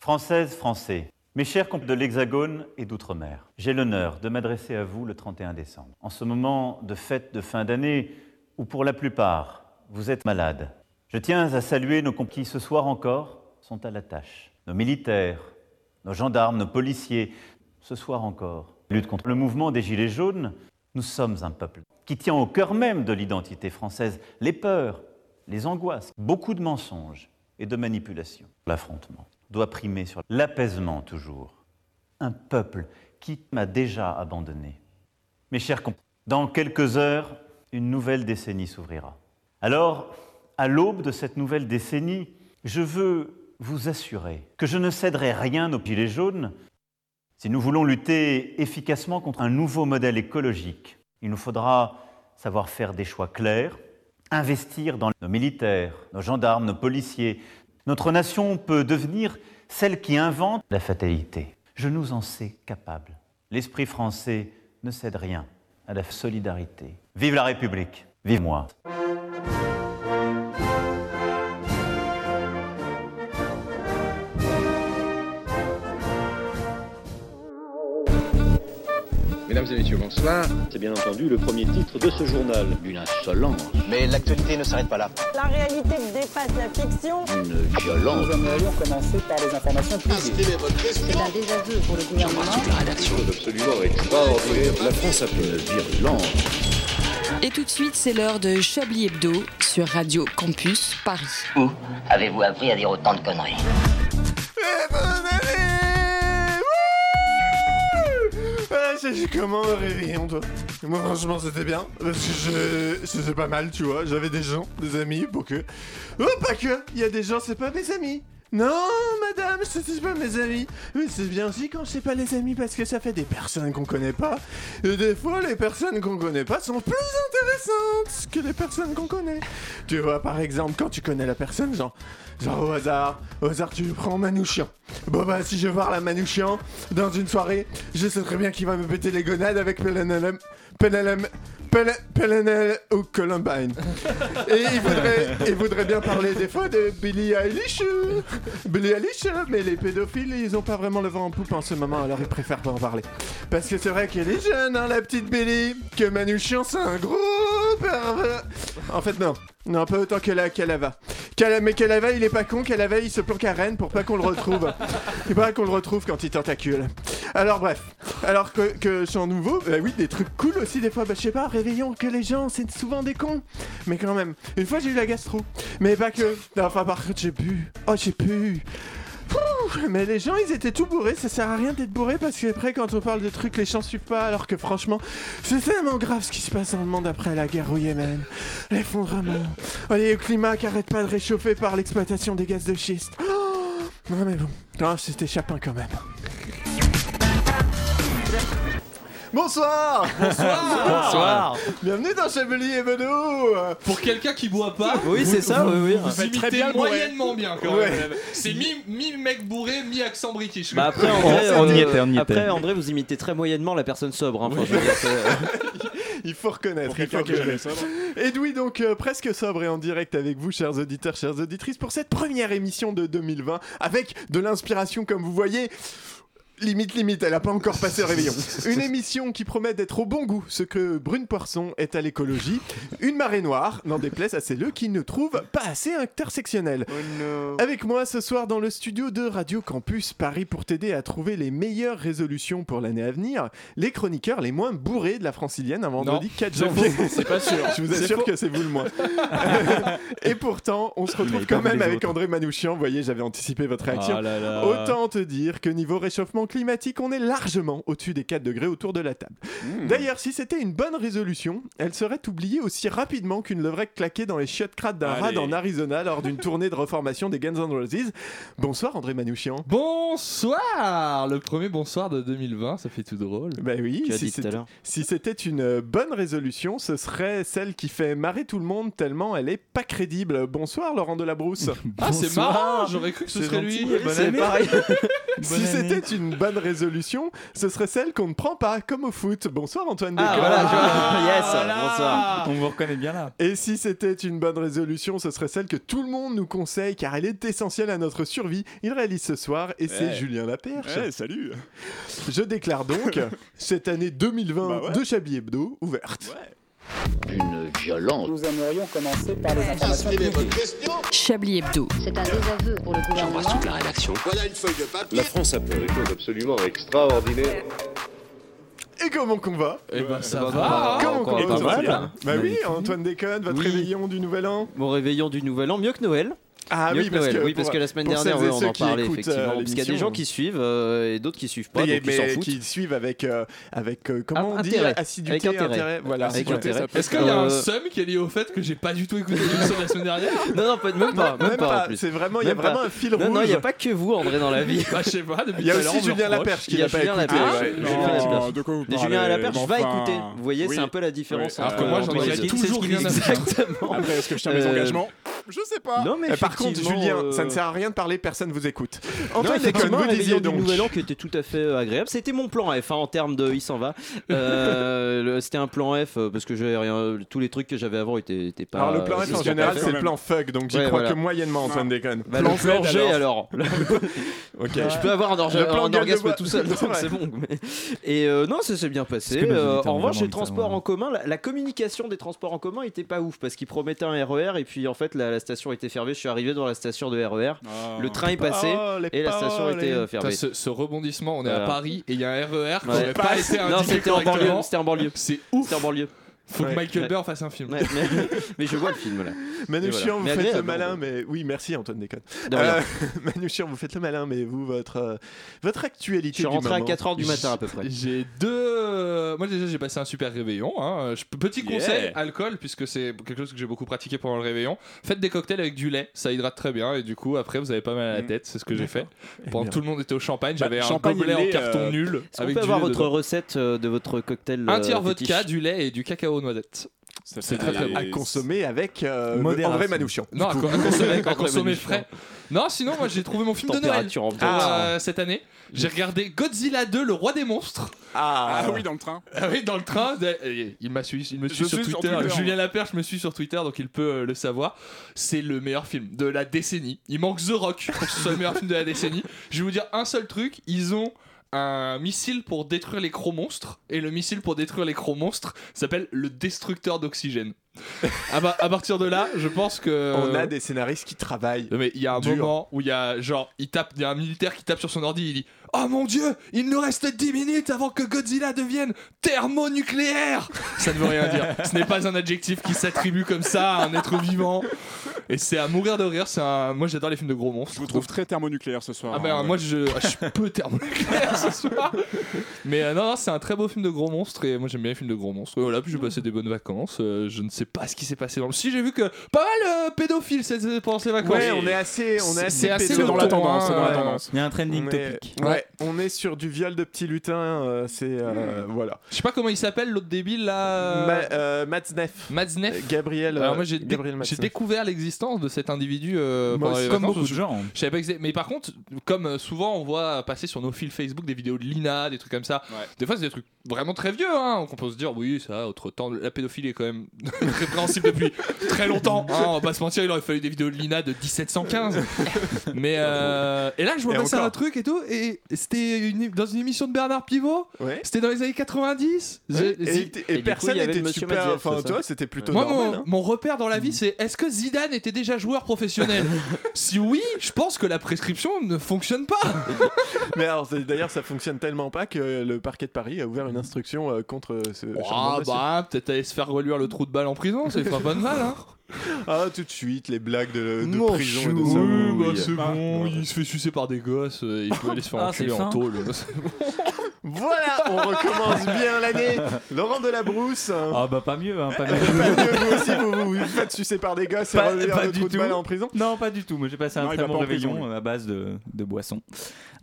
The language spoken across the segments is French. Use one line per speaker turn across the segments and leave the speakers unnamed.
Françaises, Français, mes chers comptes de l'Hexagone et d'Outre-mer, j'ai l'honneur de m'adresser à vous le 31 décembre, en ce moment de fête de fin d'année où pour la plupart vous êtes malades. Je tiens à saluer nos comptes qui ce soir encore sont à la tâche. Nos militaires, nos gendarmes, nos policiers, ce soir encore, lutte contre le mouvement des Gilets jaunes, nous sommes un peuple qui tient au cœur même de l'identité française les peurs, les angoisses, beaucoup de mensonges et de manipulations. L'affrontement doit primer sur l'apaisement toujours. Un peuple qui m'a déjà abandonné. Mes chers compagnons, dans quelques heures, une nouvelle décennie s'ouvrira. Alors, à l'aube de cette nouvelle décennie, je veux vous assurer que je ne céderai rien aux pilets jaunes. Si nous voulons lutter efficacement contre un nouveau modèle écologique, il nous faudra savoir faire des choix clairs, investir dans nos militaires, nos gendarmes, nos policiers. Notre nation peut devenir celle qui invente la fatalité. Je nous en sais capable. L'esprit français ne cède rien à la solidarité. Vive la République, vive moi.
Mesdames et messieurs, bonsoir.
C'est bien entendu le premier titre de ce journal.
Une insolence.
Mais l'actualité ne s'arrête pas là.
La réalité dépasse la fiction.
Une violence.
Nous allons commencer par les informations publiques.
C'est un désaveu pour le gouvernement.
la rédaction. absolument extraordinaire.
La France a fait une virulence.
Et tout de suite, c'est l'heure de Chablis Hebdo sur Radio Campus Paris.
Où avez-vous appris à dire autant de conneries
j'ai comment me réveiller en toi Moi franchement c'était bien, parce que je... c'était pas mal tu vois, j'avais des gens, des amis, pour que... Oh pas que Il y a des gens c'est pas mes amis non, madame, ce n'est pas mes amis. Mais c'est bien aussi quand c'est pas les amis parce que ça fait des personnes qu'on connaît pas. Et des fois, les personnes qu'on connaît pas sont plus intéressantes que les personnes qu'on connaît. Tu vois, par exemple, quand tu connais la personne, genre, genre au hasard, au hasard, tu prends Manouchian. Bon bah, si je vois la Manouchian dans une soirée, je sais très bien qu'il va me péter les gonades avec Pelanalem, Pelanalem, Pelanel ou Columbine. Et il voudrait, il voudrait bien parler des fois de Billie Eilish. Billie Eilish, mais les pédophiles, ils ont pas vraiment le vent en poupe en ce moment, alors ils préfèrent pas en parler. Parce que c'est vrai qu'elle est jeune, hein, la petite Billie. Que Manouchian, c'est un gros pervers. En fait, non. Non, pas autant que la Calava. Cala, mais Calava, il est pas con, Calava, il se planque à Rennes pour pas qu'on le retrouve. Et pas qu'on le retrouve quand il tentacule. Alors, bref. Alors que, que sans nouveau, bah oui, des trucs cool aussi, des fois, bah je sais pas, réveillons que les gens, c'est souvent des cons. Mais quand même, une fois j'ai eu la gastro. Mais pas que. Enfin, par contre, j'ai bu. Oh, j'ai bu. Ouh, mais les gens, ils étaient tout bourrés, ça sert à rien d'être bourré parce qu'après, quand on parle de trucs, les gens suivent pas, alors que franchement, c'est tellement grave ce qui se passe dans le monde après la guerre au Yémen. L'effondrement. Oh, le climat qui arrête pas de réchauffer par l'exploitation des gaz de schiste. Oh, non, mais bon. Oh, c'était chapin quand même. Bonsoir
Bonsoir Bonsoir
Bienvenue dans Chevalier et Benoît
Pour quelqu'un qui boit pas,
Oui, c'est ça, oui, oui.
vous
Vous faites
imitez
très bien le bourré.
moyennement bien quand
Ouais.
même. C'est mi, mi mec bourré, mi accent british.
Bah après, en
Ouais,
vrai,
c'était-
on y était,
on y était.
Après, en vrai, vous imitez très moyennement la personne sobre. hein, franchement, c'est- euh,
Il faut reconnaître.
Pour
il faut
quelqu'un qui est
reconnaître. Edoui, donc euh, presque sobre et en direct avec vous, chers auditeurs, chères auditrices, pour cette première émission de 2020 avec de l'inspiration, comme vous voyez. Limite, limite, elle a pas encore passé le réveillon. Une émission qui promet d'être au bon goût, ce que Brune Poisson est à l'écologie. Une marée noire, n'en déplaise à celles qui ne trouvent pas assez intersectionnel. Avec moi ce soir dans le studio de Radio Campus Paris pour t'aider à trouver les meilleures résolutions pour l'année à venir, les chroniqueurs les moins bourrés de la francilienne un vendredi 4
c'est
janvier.
faux, c'est pas sûr.
Je vous
C'est
assure
faux.
que c'est vous le moins. Et pourtant, on se retrouve
Mais
quand
comme
même
les
avec
autres.
André Manouchian. Vous voyez, j'avais anticipé votre réaction.
Ah là là.
Autant te dire que niveau réchauffement climatique, on est largement au-dessus des 4 degrés autour de la table.
Mmh.
D'ailleurs, si c'était une bonne résolution, elle serait oubliée aussi rapidement qu'une levrette claquée dans les chiottes crades d'un
Allez.
rad en Arizona lors d'une tournée de reformation des Guns N' Roses. Bonsoir André Manouchian.
Bonsoir Le premier bonsoir de 2020, ça fait tout drôle.
Bah oui,
Tu as
si
dit tout à
c'était-
l'heure.
si c'était une euh, bonne résolution, ce serait celle qui fait marrer tout le monde tellement elle est pas crédible. Bonsoir Laurent Delabrousse.
Ah, c'est Bonsoir. Ah, marrant, j'aurais cru que ce
C'est
serait lui.
gentil,
Bonne
c'est
année.
pareil.
Bonne
si
année.
c'était une une bonne résolution, ce serait celle qu'on ne prend pas, comme au foot. Bonsoir Antoine
Ah,
Décolle.
voilà, je- Ah, yes, voilà. bonsoir.
On vous reconnaît bien là.
Et si c'était une bonne résolution, ce serait celle que tout le monde nous conseille car elle est essentielle à notre survie. Il réalise ce soir et c'est
Ouais.
Julien Laperche.
Ouais, salut.
Je déclare donc cette année 2020 de Chablis Hebdo ouverte.
Une violence.
Nous aimerions commencer par les informations publiques.
Chablis Hebdo.
C'est un désaveu pour le gouvernement.
la rédaction.
Voilà une feuille de papier.
La France a fait des choses absolument extraordinaires.
Et comment qu'on va
Eh ben, ça va.
Comment
Encore
qu'on
pas
va
mal.
Bah oui,
Magnifique.
Antoine Déconne, votre réveillon du Nouvel An
Mon réveillon du nouvel an, mieux que Noël.
Ah
Mieux
oui,
que
parce
Noël.
que
oui, parce
pour-
que la semaine
pour
dernière,
celles
ouais,
et
on
ceux
en
qui
parlait
écoutent, euh,
effectivement. Parce qu'il y a des
l'émission.
gens qui suivent euh, et d'autres qui suivent pas,
Mais,
donc ils s'en
mais
foutent.
qui suivent avec, euh, avec euh, comment
Ah,
on dit
intérêt.
assiduité,
Avec intérêt.
voilà.
Avec
Assiduité,
intérêt.
ça peut-
Est-ce qu'il y a
Euh,
un seum qui est lié au fait que j'ai pas du tout écouté l'émission de la semaine dernière
Non, non, pas- même pas, même,
Même
pas, en
pas,
plus.
c'est vraiment- il y a
Même
vraiment
pas.
un fil
Non, non, il n'y a
rouge.
pas que vous, André, dans la vie.
Bah, je sais pas, depuis
Il y a
tout à l'heure,
aussi
on me
Julien
reproche.
Laperche qui
Il y a
n'a pas
Julien
écouté.
Laperche.
ouais.
Julien Laperche.
de quoi vous
Mais
parlez
Julien Laperche
Mais
va
enfin,
écouter. Vous voyez,
oui. Ah,
c'est un peu la différence.
Alors que moi, j'en ai
Antoine
toujours
Déconne,
rien à faire.
Exactement.
Après, est-ce que je tiens mes
Euh,
engagements Je sais pas.
Non, mais
Euh, Par contre,
effectivement,
Julien, ça ne
euh,
sert à rien de parler, personne vous écoute.
Non,
Antoine Déconne,
effectivement,
vous
un réveillon
disiez
du
donc.
nouvel an qui était tout à fait euh, agréable. C'était mon plan F hein, en termes de il s'en va. Euh, le- C'était un plan F euh, parce que j'avais rien. Tous les trucs que j'avais avant étaient, étaient pas.
Alors, le plan F en
étaient
général,
pas-
c'est le plan fuck, donc j'y
Ouais,
crois
voilà.
que moyennement, Antoine Déconne.
Bah, le plan G alors.
Ok.
Je peux avoir un, orga-
Le plan
un
gueule de
orgasme
bois.
tout seul, donc
Ouais.
c'est bon. mais- Et euh, non, ça s'est bien passé.
Parce que nos
Euh,
auditeurs
en
ont
revanche,
vraiment
les
envie de
transports
hein.
savoir.
en commun, la, la communication des transports en commun était pas ouf parce qu'ils promettaient un RER et puis en fait la, la station était fermée. Je suis arrivé dans la station de RER, le train est passé
Oh, Ah. les
et la station
paroles,
était
les-
euh,
Putain,
fermée.
ce, ce rebondissement, on est à
Voilà.
Paris et il y a un RER qui
Ouais.
n'aurait pas été
Non,
indiqué
c'était en banlieue.
correctement.
C'était en banlieue.
C'est ouf.
C'était en banlieue.
Faut que
Ouais.
Michael
Ouais.
Burr fasse un film.
Ouais, mais, mais je vois le film là. Et voilà.
Manouchian,
Mais
vous faites le
agréable,
malin,
ouais.
mais oui, merci Antoine Déconne.
De rien.
Manouchian, vous faites le malin, mais vous, votre, euh, votre
Je
actualité.
suis
du
rentré à
moment.
4h du matin à peu près.
J'ai deux. euh, Moi déjà j'ai passé un super réveillon. hein. Je- Petit
Yeah.
conseil, alcool, puisque c'est quelque chose que j'ai beaucoup pratiqué pendant le réveillon. Faites des cocktails avec du lait, ça hydrate très bien et du coup après vous avez pas mal à la
Mm.
tête, c'est ce que j'ai fait. Pendant
Eh bien.
que tout le monde était au champagne,
Bah,
j'avais un
champagne et
gobelet en
lait,
carton
euh,
nul
Est-ce qu'on
avec
peut
du
avoir
lait
votre
dedans.
recette euh, de votre cocktail
Un tiers
euh, fétiche
vodka, du lait et du cacao noisette. C'est très, très bon.
À consommer avec euh,
Modération.
André Manouchian.
Non, à,
Du coup.
co- à consommer, à
Contre
consommer
Manouchian.
frais. Non, sinon moi j'ai trouvé mon film de Noël
Température ambiante.
euh, cette année. J'ai regardé Godzilla 2, le roi des monstres.
Ah,
Ah oui, dans le train.
Ah oui, dans le train, de- euh, il m'a suivi, il me
Je
suit sur,
suis sur
Twitter.
Twitter.
Julien Laperche me suit sur Twitter, donc il peut euh, le savoir. C'est le meilleur film de la décennie. Il manque The Rock pour que ce soit le meilleur film de la décennie. Je vais vous dire un seul truc, ils ont un missile pour détruire les cro-monstres et le missile pour détruire les cro-monstres s'appelle le destructeur d'oxygène. à, pa- à partir de là, je pense que
On a des scénaristes qui travaillent.
non, mais il y a un
Dur.
moment où il y a genre il tape, il y a un militaire qui tape sur son ordi, il dit "Oh mon dieu, il nous reste 10 minutes avant que Godzilla devienne thermonucléaire." Ça ne veut rien dire. Ce n'est pas un adjectif qui s'attribue comme ça à un être vivant. Et c'est à mourir de rire, c'est un moi j'adore les films de gros monstres.
Je vous trouve très thermonucléaire ce soir.
Ah
hein,
ben
ouais.
moi je, ah, je peux thermonucléaire ce soir. Mais euh, non, non, c'est un très beau film de gros monstres et moi j'aime bien les films de gros monstres. Et Voilà, puis j'ai passé des bonnes vacances. Euh, je ne sais pas ce qui s'est passé dans le. Si j'ai vu que pas mal euh, pédophiles ces- pendant ces vacances.
Ouais, on est assez, on est
C'est-
assez,
c'est assez
pédo-
C'est dans la
le ton,
tendance,
hein,
c'est dans la
ouais.
tendance.
Il y a un trending topic. Ouais.
Ouais.
on est sur du viol de petit lutin. euh, c'est euh, voilà.
Je sais pas comment il s'appelle l'autre débile là.
Ma- euh, Mats Neff.
Madsnef.
Euh, Gabriel.
Alors
euh,
moi j'ai dé-
Gabriel Mats
j'ai
Neff.
découvert l'existence de cet individu euh,
Moi
pendant
aussi.
les
Comme
vacances.
beaucoup de
Je-
gens. hein.
Je savais pas que c'était- Mais par contre, comme euh, souvent on voit passer sur nos fils Facebook des vidéos de Lina, des trucs comme ça.
Ouais.
Des fois c'est des trucs vraiment très vieux, hein. Donc on peut se dire oui ça, autre temps, la pédophilie est quand même répréhensible depuis très longtemps. hein, on va pas se mentir, il aurait fallu des vidéos de Lina de 1715. mais euh, et là je vois
Et
passer
encore.
un truc et tout, et c'était une- dans une émission de Bernard Pivot.
Ouais.
C'était dans les années 90
Et,
J'ai- j'ai-
et- et
Et du coup,
personne
il y avait
n'était
Monsieur
super.
Madzieff,
Enfin,
c'est ça.
toi, c'était plutôt
Moi,
normal. hein. Mm.
mon, mon repère dans la vie, c'est est-ce que Zidane était déjà joueur professionnel Si oui, je pense que la prescription ne fonctionne pas.
hein. Mais alors, c'est- d'ailleurs, ça fonctionne tellement pas que le parquet de Paris a ouvert une instruction euh, contre ce. charmant
Ah
monsieur.
bah, peut-être aller se faire reluire le trou de balle en prison, c'est pas bonne mal. Hein.
Ah, tout de suite, les blagues de, de
Mon
prison et de
chou.
ça.
Oui, bah, c'est
Ah.
bon, il se fait sucer par des gosses, euh, il peut aller se faire
Ah,
enculer
c'est
en
fin.
tôle. euh,
Voilà, on recommence bien l'année. Laurent Delabrousse. hein.
Ah bah pas mieux, hein, pas
Pas mieux, vous aussi, vous vous vous faites sucer par des gosses et
Pas-
revenir
pas
le
du
trou de
tout.
balle en prison.
Non, pas du tout. Moi, j'ai passé un
Non, il
très
va
bon
pas en prison, Bah
réveillon euh, à base de, de boissons.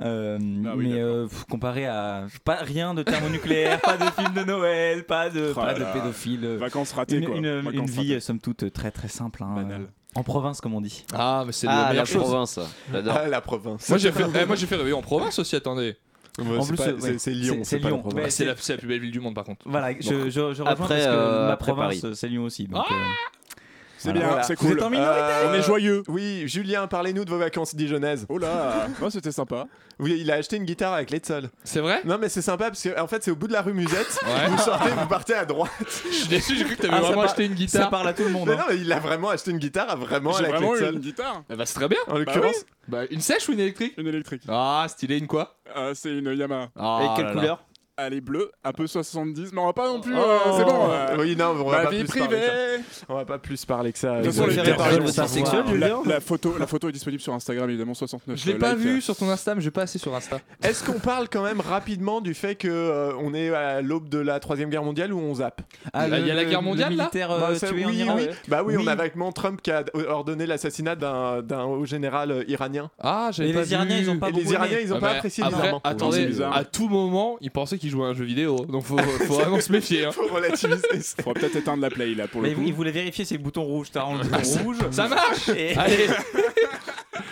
Euh,
oui,
mais euh, pff, comparé à pas rien de thermonucléaire, pas de film de Noël, pas de,
Oh
pas
là
de
là.
pédophile. euh,
Vacances ratées,
Une,
quoi.
une-
Vacances
une vie,
ratées.
euh, somme toute, très très simple. hein,
Banale.
euh, En province, comme on dit.
Ah, mais c'est
Ah,
la
la
meilleure chose.
province. J'adore.
Ah, la province.
Moi j'ai fait, eh, moi, j'ai fait réveiller en province aussi, attendez.
Ouais,
En
c'est
plus,
pas-
euh, ouais,
c'est- c'est Lyon, c'est
C'est
pas le
Lyon.
problème.
Mais
C'est la, c'est la plus belle ville du monde par contre.
Voilà, je, je, je rejoins
Après,
parce que
euh,
ma
après
province,
Paris.
c'est Lyon aussi. donc, euh,
Ah C'est
voilà.
bien,
Voilà.
c'est
Vous
cool. Euh,
êtes en minorité
on est joyeux. Oui, Julien, parlez-nous de vos vacances dijonnaises. Oh là, moi c'était sympa. Oui, il a acheté une guitare avec l'Etzel.
C'est vrai
Non, mais c'est sympa parce que en fait c'est au bout de la rue Musette.
Ouais.
Vous sortez, vous partez à droite. Je
suis déçu, j'ai cru que t'avais Ah, ça vraiment par- acheté une guitare. ça parle à tout le monde,
Mais
hein.
non, mais il a vraiment acheté une guitare, Ah, vraiment.
J'ai
avec
vraiment eu
l'Etzel.
une guitare. Bah, c'est très bien.
En l'occurrence.
Bah, une sèche ou une électrique
euh,
Une électrique.
Ah, stylé, une quoi
c'est une Yamaha.
Ah Et quelle là là. couleur
Elle est bleue, un peu 70, mais on va pas non plus.
Oh.
euh, c'est bon. euh,
Oui, non, on va
ma
pas
vie
plus
privée.
parler que ça. On va pas plus parler que ça. Euh,
De toute façon, les
Préférez parler de
personnes
votre
vont
sexuel,
savoir.
Julien
la, la photo, la photo est disponible sur Instagram évidemment 69.
Je l'ai
euh,
pas
likes.
vu sur ton Insta, mais je vais pas assez sur Insta.
Est-ce qu'on parle quand même rapidement du fait que euh, on est à l'aube de la troisième guerre mondiale ou on zappe
Ah, Il y a- le- il y a la guerre le- mondiale, le là militaire, euh,
Bah, c'est-
tué en
oui,
Iran,
oui.
ouais.
Bah oui,
Oui.
on a vaguement Trump qui a ordonné l'assassinat d'un d'un haut général euh, iranien.
Ah, j'avais pas vu. Ah bah,
Et les Iraniens, ils ont pas apprécié
Après,
bizarrement.
Attendez, à tout moment, ils pensaient qu'ils jouaient à un jeu vidéo, donc faut, faut vraiment se méfier. Hein.
Faut relativiser.
Faudra peut-être éteindre la play là pour
Mais
le coup.
il voulait vérifier si le bouton rouge, t'as rendu le
Ah, ça-
bouton rouge.
ça marche
Et-
Allez.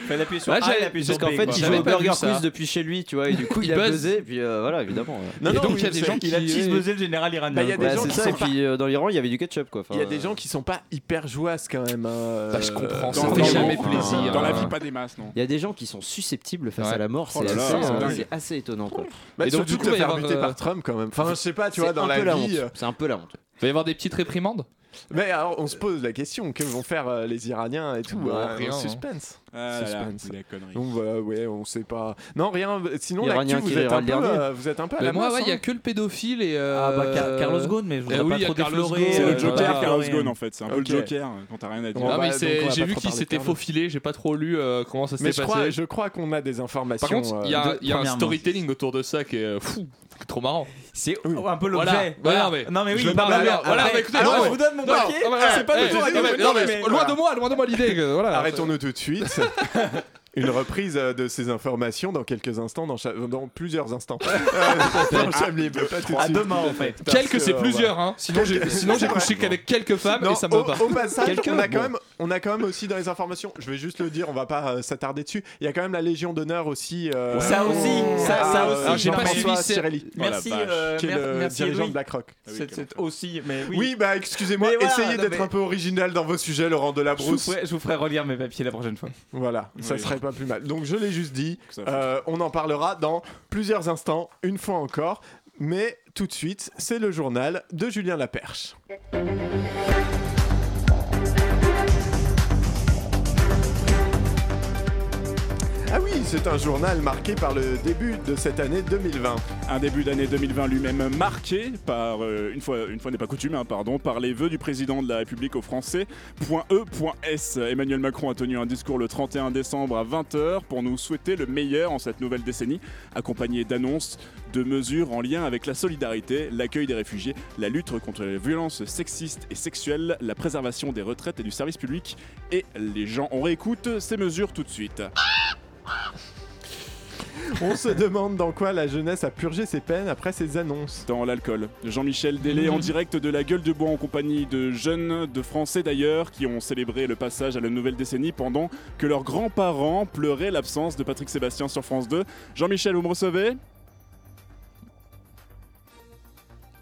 Fallait appuyer sur
Ah,
Là,
A,
j'avais-
il appuie
parce
sur
qu'en
B,
fait,
quoi.
il
J'avais
jouait au
pas vu
Burger
ça.
Quiz depuis chez lui, tu vois, et du coup, il,
Il
a
buzz.
buzzé, et puis euh, voilà, évidemment.
Non,
Et
non,
donc,
oui,
il y a des
c'est-
gens qui.
il a cheesebuzzé
le général iranien.
Bah, il y a des
Ouais,
gens
c'est
qui
ça,
sont
et puis euh, dans l'Iran, il y avait du ketchup, quoi.
Il y a des gens qui sont pas hyper jouasses quand même. hein.
Bah, je comprends,
Euh,
ça
dans-
fait
dans-
jamais
dans-
plaisir.
dans la vie,
pas des masses, non.
Il y a des gens qui sont susceptibles face
Ouais.
à la mort,
Oh
c'est
là là,
assez,
c'est
euh,
dingue.
c'est assez étonnant, quoi.
Mais surtout
du
de
coup,
te
il va y
faire
avoir,
buter
euh,
par Trump quand même. Enfin, je sais pas, tu
c'est
vois, dans
un
la
peu la
vie.
honte.
euh,
C'est un peu la honte.
Il va y avoir des petites réprimandes
Mais alors, on se pose la question que vont faire euh, les Iraniens et tout.
Bon,
hein,
rien,
en
hein.
suspense.
Ah là là,
Suspense.
la connerie.
Donc voilà, ouais, on sait pas. Non, rien. Sinon, l'actu,
Iranien qui
vous êtes
rira
un
le
peu,
dernier.
euh, vous êtes un peu. à
Mais
la
moi,
masse,
ouais, il y a
hein.
que le pédophile et. euh,
Ah bah, Car- Carlos Ghosn, mais je voudrais
eh oui,
pas
il y a
trop
Carlos
déflorer,
Ghosn,
C'est le
euh,
Joker
voilà.
Carlos Ghosn en fait, c'est un peu le
Ok.
Joker euh, quand t'as rien à dire.
On
Ah,
va-
mais
donc,
c'est-
on va
j'ai
pas
vu
trop parler
qu'il
de
s'était
Carlos.
faufilé, j'ai pas trop lu euh, comment ça s'est
Mais je
passé.
crois, je crois qu'on a des informations.
Par contre, il y
euh,
a,
de-
il y a un
premièrement.
storytelling autour de ça qui est euh, fou, qui est trop marrant.
C'est un peu
Voilà,
l'objet.
voilà,
Voilà.
mais.
Non, mais oui,
Je le
parle
parle
bien.
bien. Voilà,
Après,
bah, écoutez,
alors,
ouais.
je vous donne mon
Non,
papier,
non, mais,
c'est pas
eh,
du tout
non,
la
mais-
capote,
non, mais
mais
Loin
voilà.
de moi, loin de moi l'idée. que, Voilà.
Arrêtons-nous tout de suite. Une reprise euh, de ces informations dans quelques instants, dans, cha- dans plusieurs instants. Euh, dans Chablis Bleu, pas tout de
À
suite.
demain, en fait.
Parce
Quelques,
que,
c'est
euh,
plusieurs,
voilà.
hein. Sinon, j'ai
Quelques-
sinon, j'ai
c'est
couché
vrai.
qu'avec quelques femmes
Non,
et ça me va
au,
pas.
au passage,
Quelques,
on a,
bon.
quand même, on a quand même aussi dans les informations, je vais juste le dire, on va pas euh, s'attarder dessus, il y a quand même la Légion d'honneur aussi. euh,
Ça aussi, ça- ça
euh,
aussi.
Ah,
Alors, j'ai pas
Jean-François
suivi, c'est-
Cirelli.
Merci,
Oh la vache.
euh,
qui est
mer-
le
merci,
dirigeant
Louis.
de la croque.
Ah
C'est c'est aussi, mais oui.
Oui, bah excusez-moi,
Mais voilà,
essayez
non,
d'être
mais-
un peu original dans vos sujets, Laurent
Je vous,
Delabrousse.
ferai, je vous ferai relire mes papiers la prochaine fois.
Voilà, ça
Oui.
serait pas plus mal. Donc je l'ai juste dit,
Ça va.
euh, on en parlera dans plusieurs instants, une fois encore. Mais tout de suite, c'est le journal de Julien Laperche. Ah oui, c'est un journal marqué par le début de cette année 2020.
Un début d'année 2020 lui-même marqué par, euh, une fois, une fois n'est pas coutume, hein, pardon, par les vœux du président de la République aux Français. Point E, point S. Emmanuel Macron a tenu un discours le 31 décembre à 20h pour nous souhaiter le meilleur en cette nouvelle décennie, accompagné d'annonces, de mesures en lien avec la solidarité, l'accueil des réfugiés, la lutte contre les violences sexistes et sexuelles, la préservation des retraites et du service public. Et les gens, on réécoute ces mesures tout de suite.
On se demande dans quoi la jeunesse a purgé ses peines après ces annonces.
Dans l'alcool. Jean-Michel Délé
Mhm.
en direct de la gueule de bois en compagnie de jeunes, de Français d'ailleurs, qui ont célébré le passage à la nouvelle décennie pendant que leurs grands-parents pleuraient l'absence de Patrick Sébastien sur France 2. Jean-Michel, vous me recevez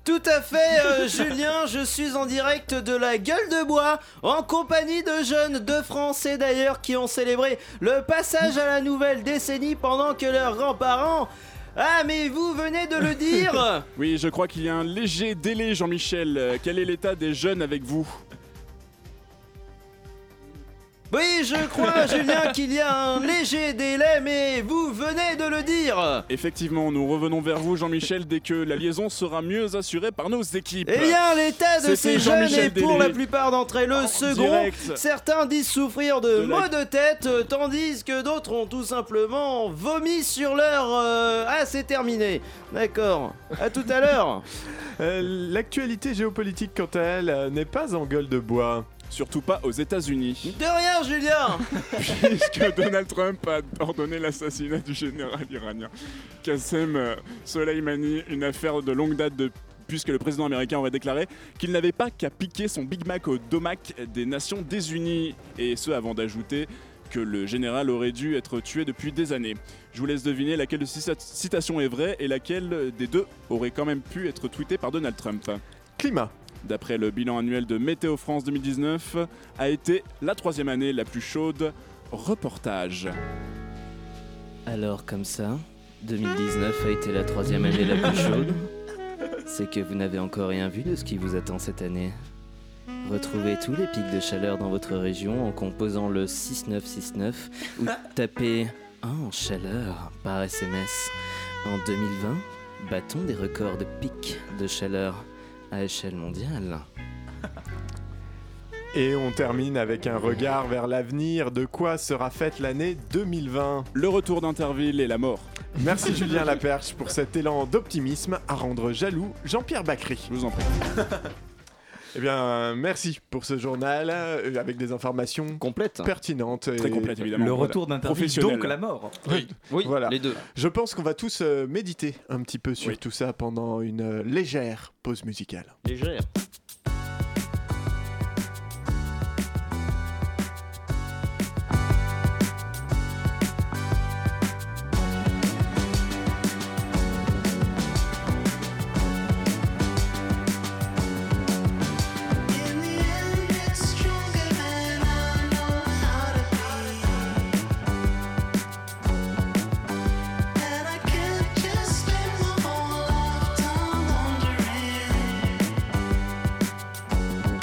Tout à fait, euh, Julien, je suis en direct de la gueule de bois, en compagnie de jeunes, de Français d'ailleurs, qui ont célébré le passage à la nouvelle décennie pendant que leurs grands-parents... Ah, mais vous venez de le dire
Oui, je crois qu'il y a un léger délai, Jean-Michel. Euh, Quel est l'état des jeunes avec vous
Oui, je crois, Julien, qu'il y a un léger délai, mais vous venez de le dire
Effectivement, nous revenons vers vous, Jean-Michel, dès que la liaison sera mieux assurée par nos équipes.
Eh bien, l'état de
C'était
ces jeunes
Jean-Michel
est pour
Délé.
la plupart d'entre elles le second.
direct.
Certains disent souffrir de,
De la-
maux de tête, euh, tandis que d'autres ont tout simplement vomi sur leur. euh, Ah, c'est terminé. D'accord. À tout à l'heure.
Euh, L'actualité géopolitique, quant à elle, euh, n'est pas en gueule de bois.
Surtout pas aux États-Unis.
De rien, Julien.
puisque Donald Trump a ordonné l'assassinat du général iranien Qassem euh, Soleimani, une affaire de longue date de puisque le président américain aurait déclaré qu'il n'avait pas qu'à piquer son Big Mac au domac des Nations Désunies, et ce avant d'ajouter que le général aurait dû être tué depuis des années. Je vous laisse deviner laquelle de ces cita- citations est vraie et laquelle des deux aurait quand même pu être tweetée par Donald Trump.
Climat.
D'après le bilan annuel de Météo France 2019, a été la troisième année la plus chaude. Reportage.
Alors comme ça, 2019 a été la troisième année la plus chaude. C'est que vous n'avez encore rien vu de ce qui vous attend cette année. Retrouvez tous les pics de chaleur dans votre région en composant le 6969 ou tapez 1 en chaleur par SMS. En 2020, battons des records de pics de chaleur à échelle mondiale.
Et on termine avec un regard vers l'avenir. De quoi sera faite l'année 2020
Le retour d'Interville et la mort.
Merci Julien Laperche pour cet élan d'optimisme à rendre jaloux Jean-Pierre Bacry.
Je vous en prie.
Eh bien, merci pour ce journal euh, avec des informations
complètes,
pertinentes,
Très
et-
complètes, évidemment.
Le retour d'Interville,
Professionnel.
donc la mort.
Oui,
Voilà.
les deux.
Je pense qu'on va tous euh, méditer un petit peu sur
Oui.
tout ça pendant une euh, légère pause musicale.
Légère.
Just spend my whole lifetime wondering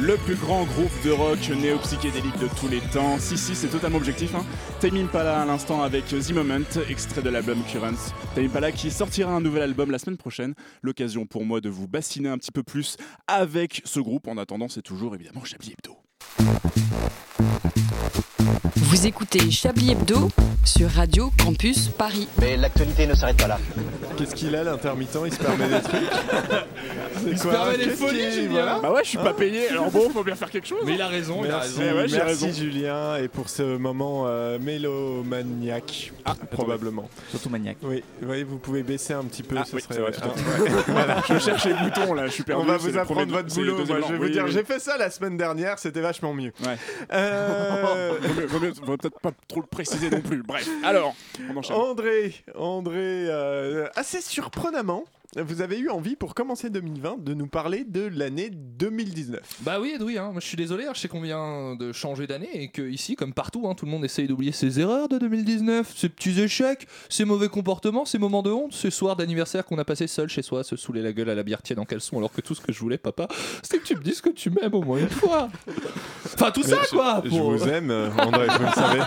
le plus grand groupe de rock néo-psychédélique de tous les temps. Si, si, c'est totalement objectif. Hein. Tame Impala à l'instant avec The Moment, extrait de l'album Currents. Tame Impala qui sortira un nouvel album la semaine prochaine. L'occasion pour moi de vous bassiner un petit peu plus avec ce groupe. En attendant, c'est toujours évidemment Chablis Hebdo.
Vous écoutez Chablis Hebdo sur Radio Campus Paris.
Mais l'actualité ne s'arrête pas là.
Qu'est-ce qu'il a l'intermittent Il se permet des trucs C'est
Il se permet des
Qu'est-ce
folies,
qu'il-
Julien Hein
voilà.
Bah ouais, je suis pas payé. Eh Alors bon, faut bien faire quelque chose.
Mais il a raison, il a
Merci,
raison. Eh Ouais, j'ai
merci,
raison.
Julien, et pour ce moment euh, mélomaniaque,
Ah,
probablement.
Surtout maniaque.
Oui, oui, vous pouvez baisser un petit peu.
Ah
ce
oui,
serait-
c'est vrai, tout à
hein,
fait.
ouais.
Voilà, je cherche les boutons, là, je suis perdu,
On va
c'est
vous
le
apprendre
premier-
votre
c'est le
boulot.
deuxième
moi,
blanc,
je vais
oui,
vous dire,
oui.
j'ai fait ça la semaine dernière, c'était vachement mieux.
Ouais.
Euh,
Vaut mieux- vaut mieux- vaut peut-être pas trop le préciser non plus. Bref, alors, on enchaîne.
André, André, euh, assez surprenamment, vous avez eu envie pour commencer 2020 de nous parler de l'année 2019.
Bah oui, Edoui, hein. Moi, je suis désolé, hein. je sais qu'on vient de changer d'année et que ici, comme partout, hein, tout le monde essaye d'oublier ses erreurs de 2019, ses petits échecs, ses mauvais comportements, ses moments de honte, ce soir d'anniversaire qu'on a passé seul chez soi, se saouler la gueule à la bière tiède en caleçon, alors que tout ce que je voulais, papa, c'était que tu me dises que tu m'aimes au moins une fois. Enfin, tout ça,
Mais je-
quoi.
Je,
pour-
vous aime, euh, André, vous le savez.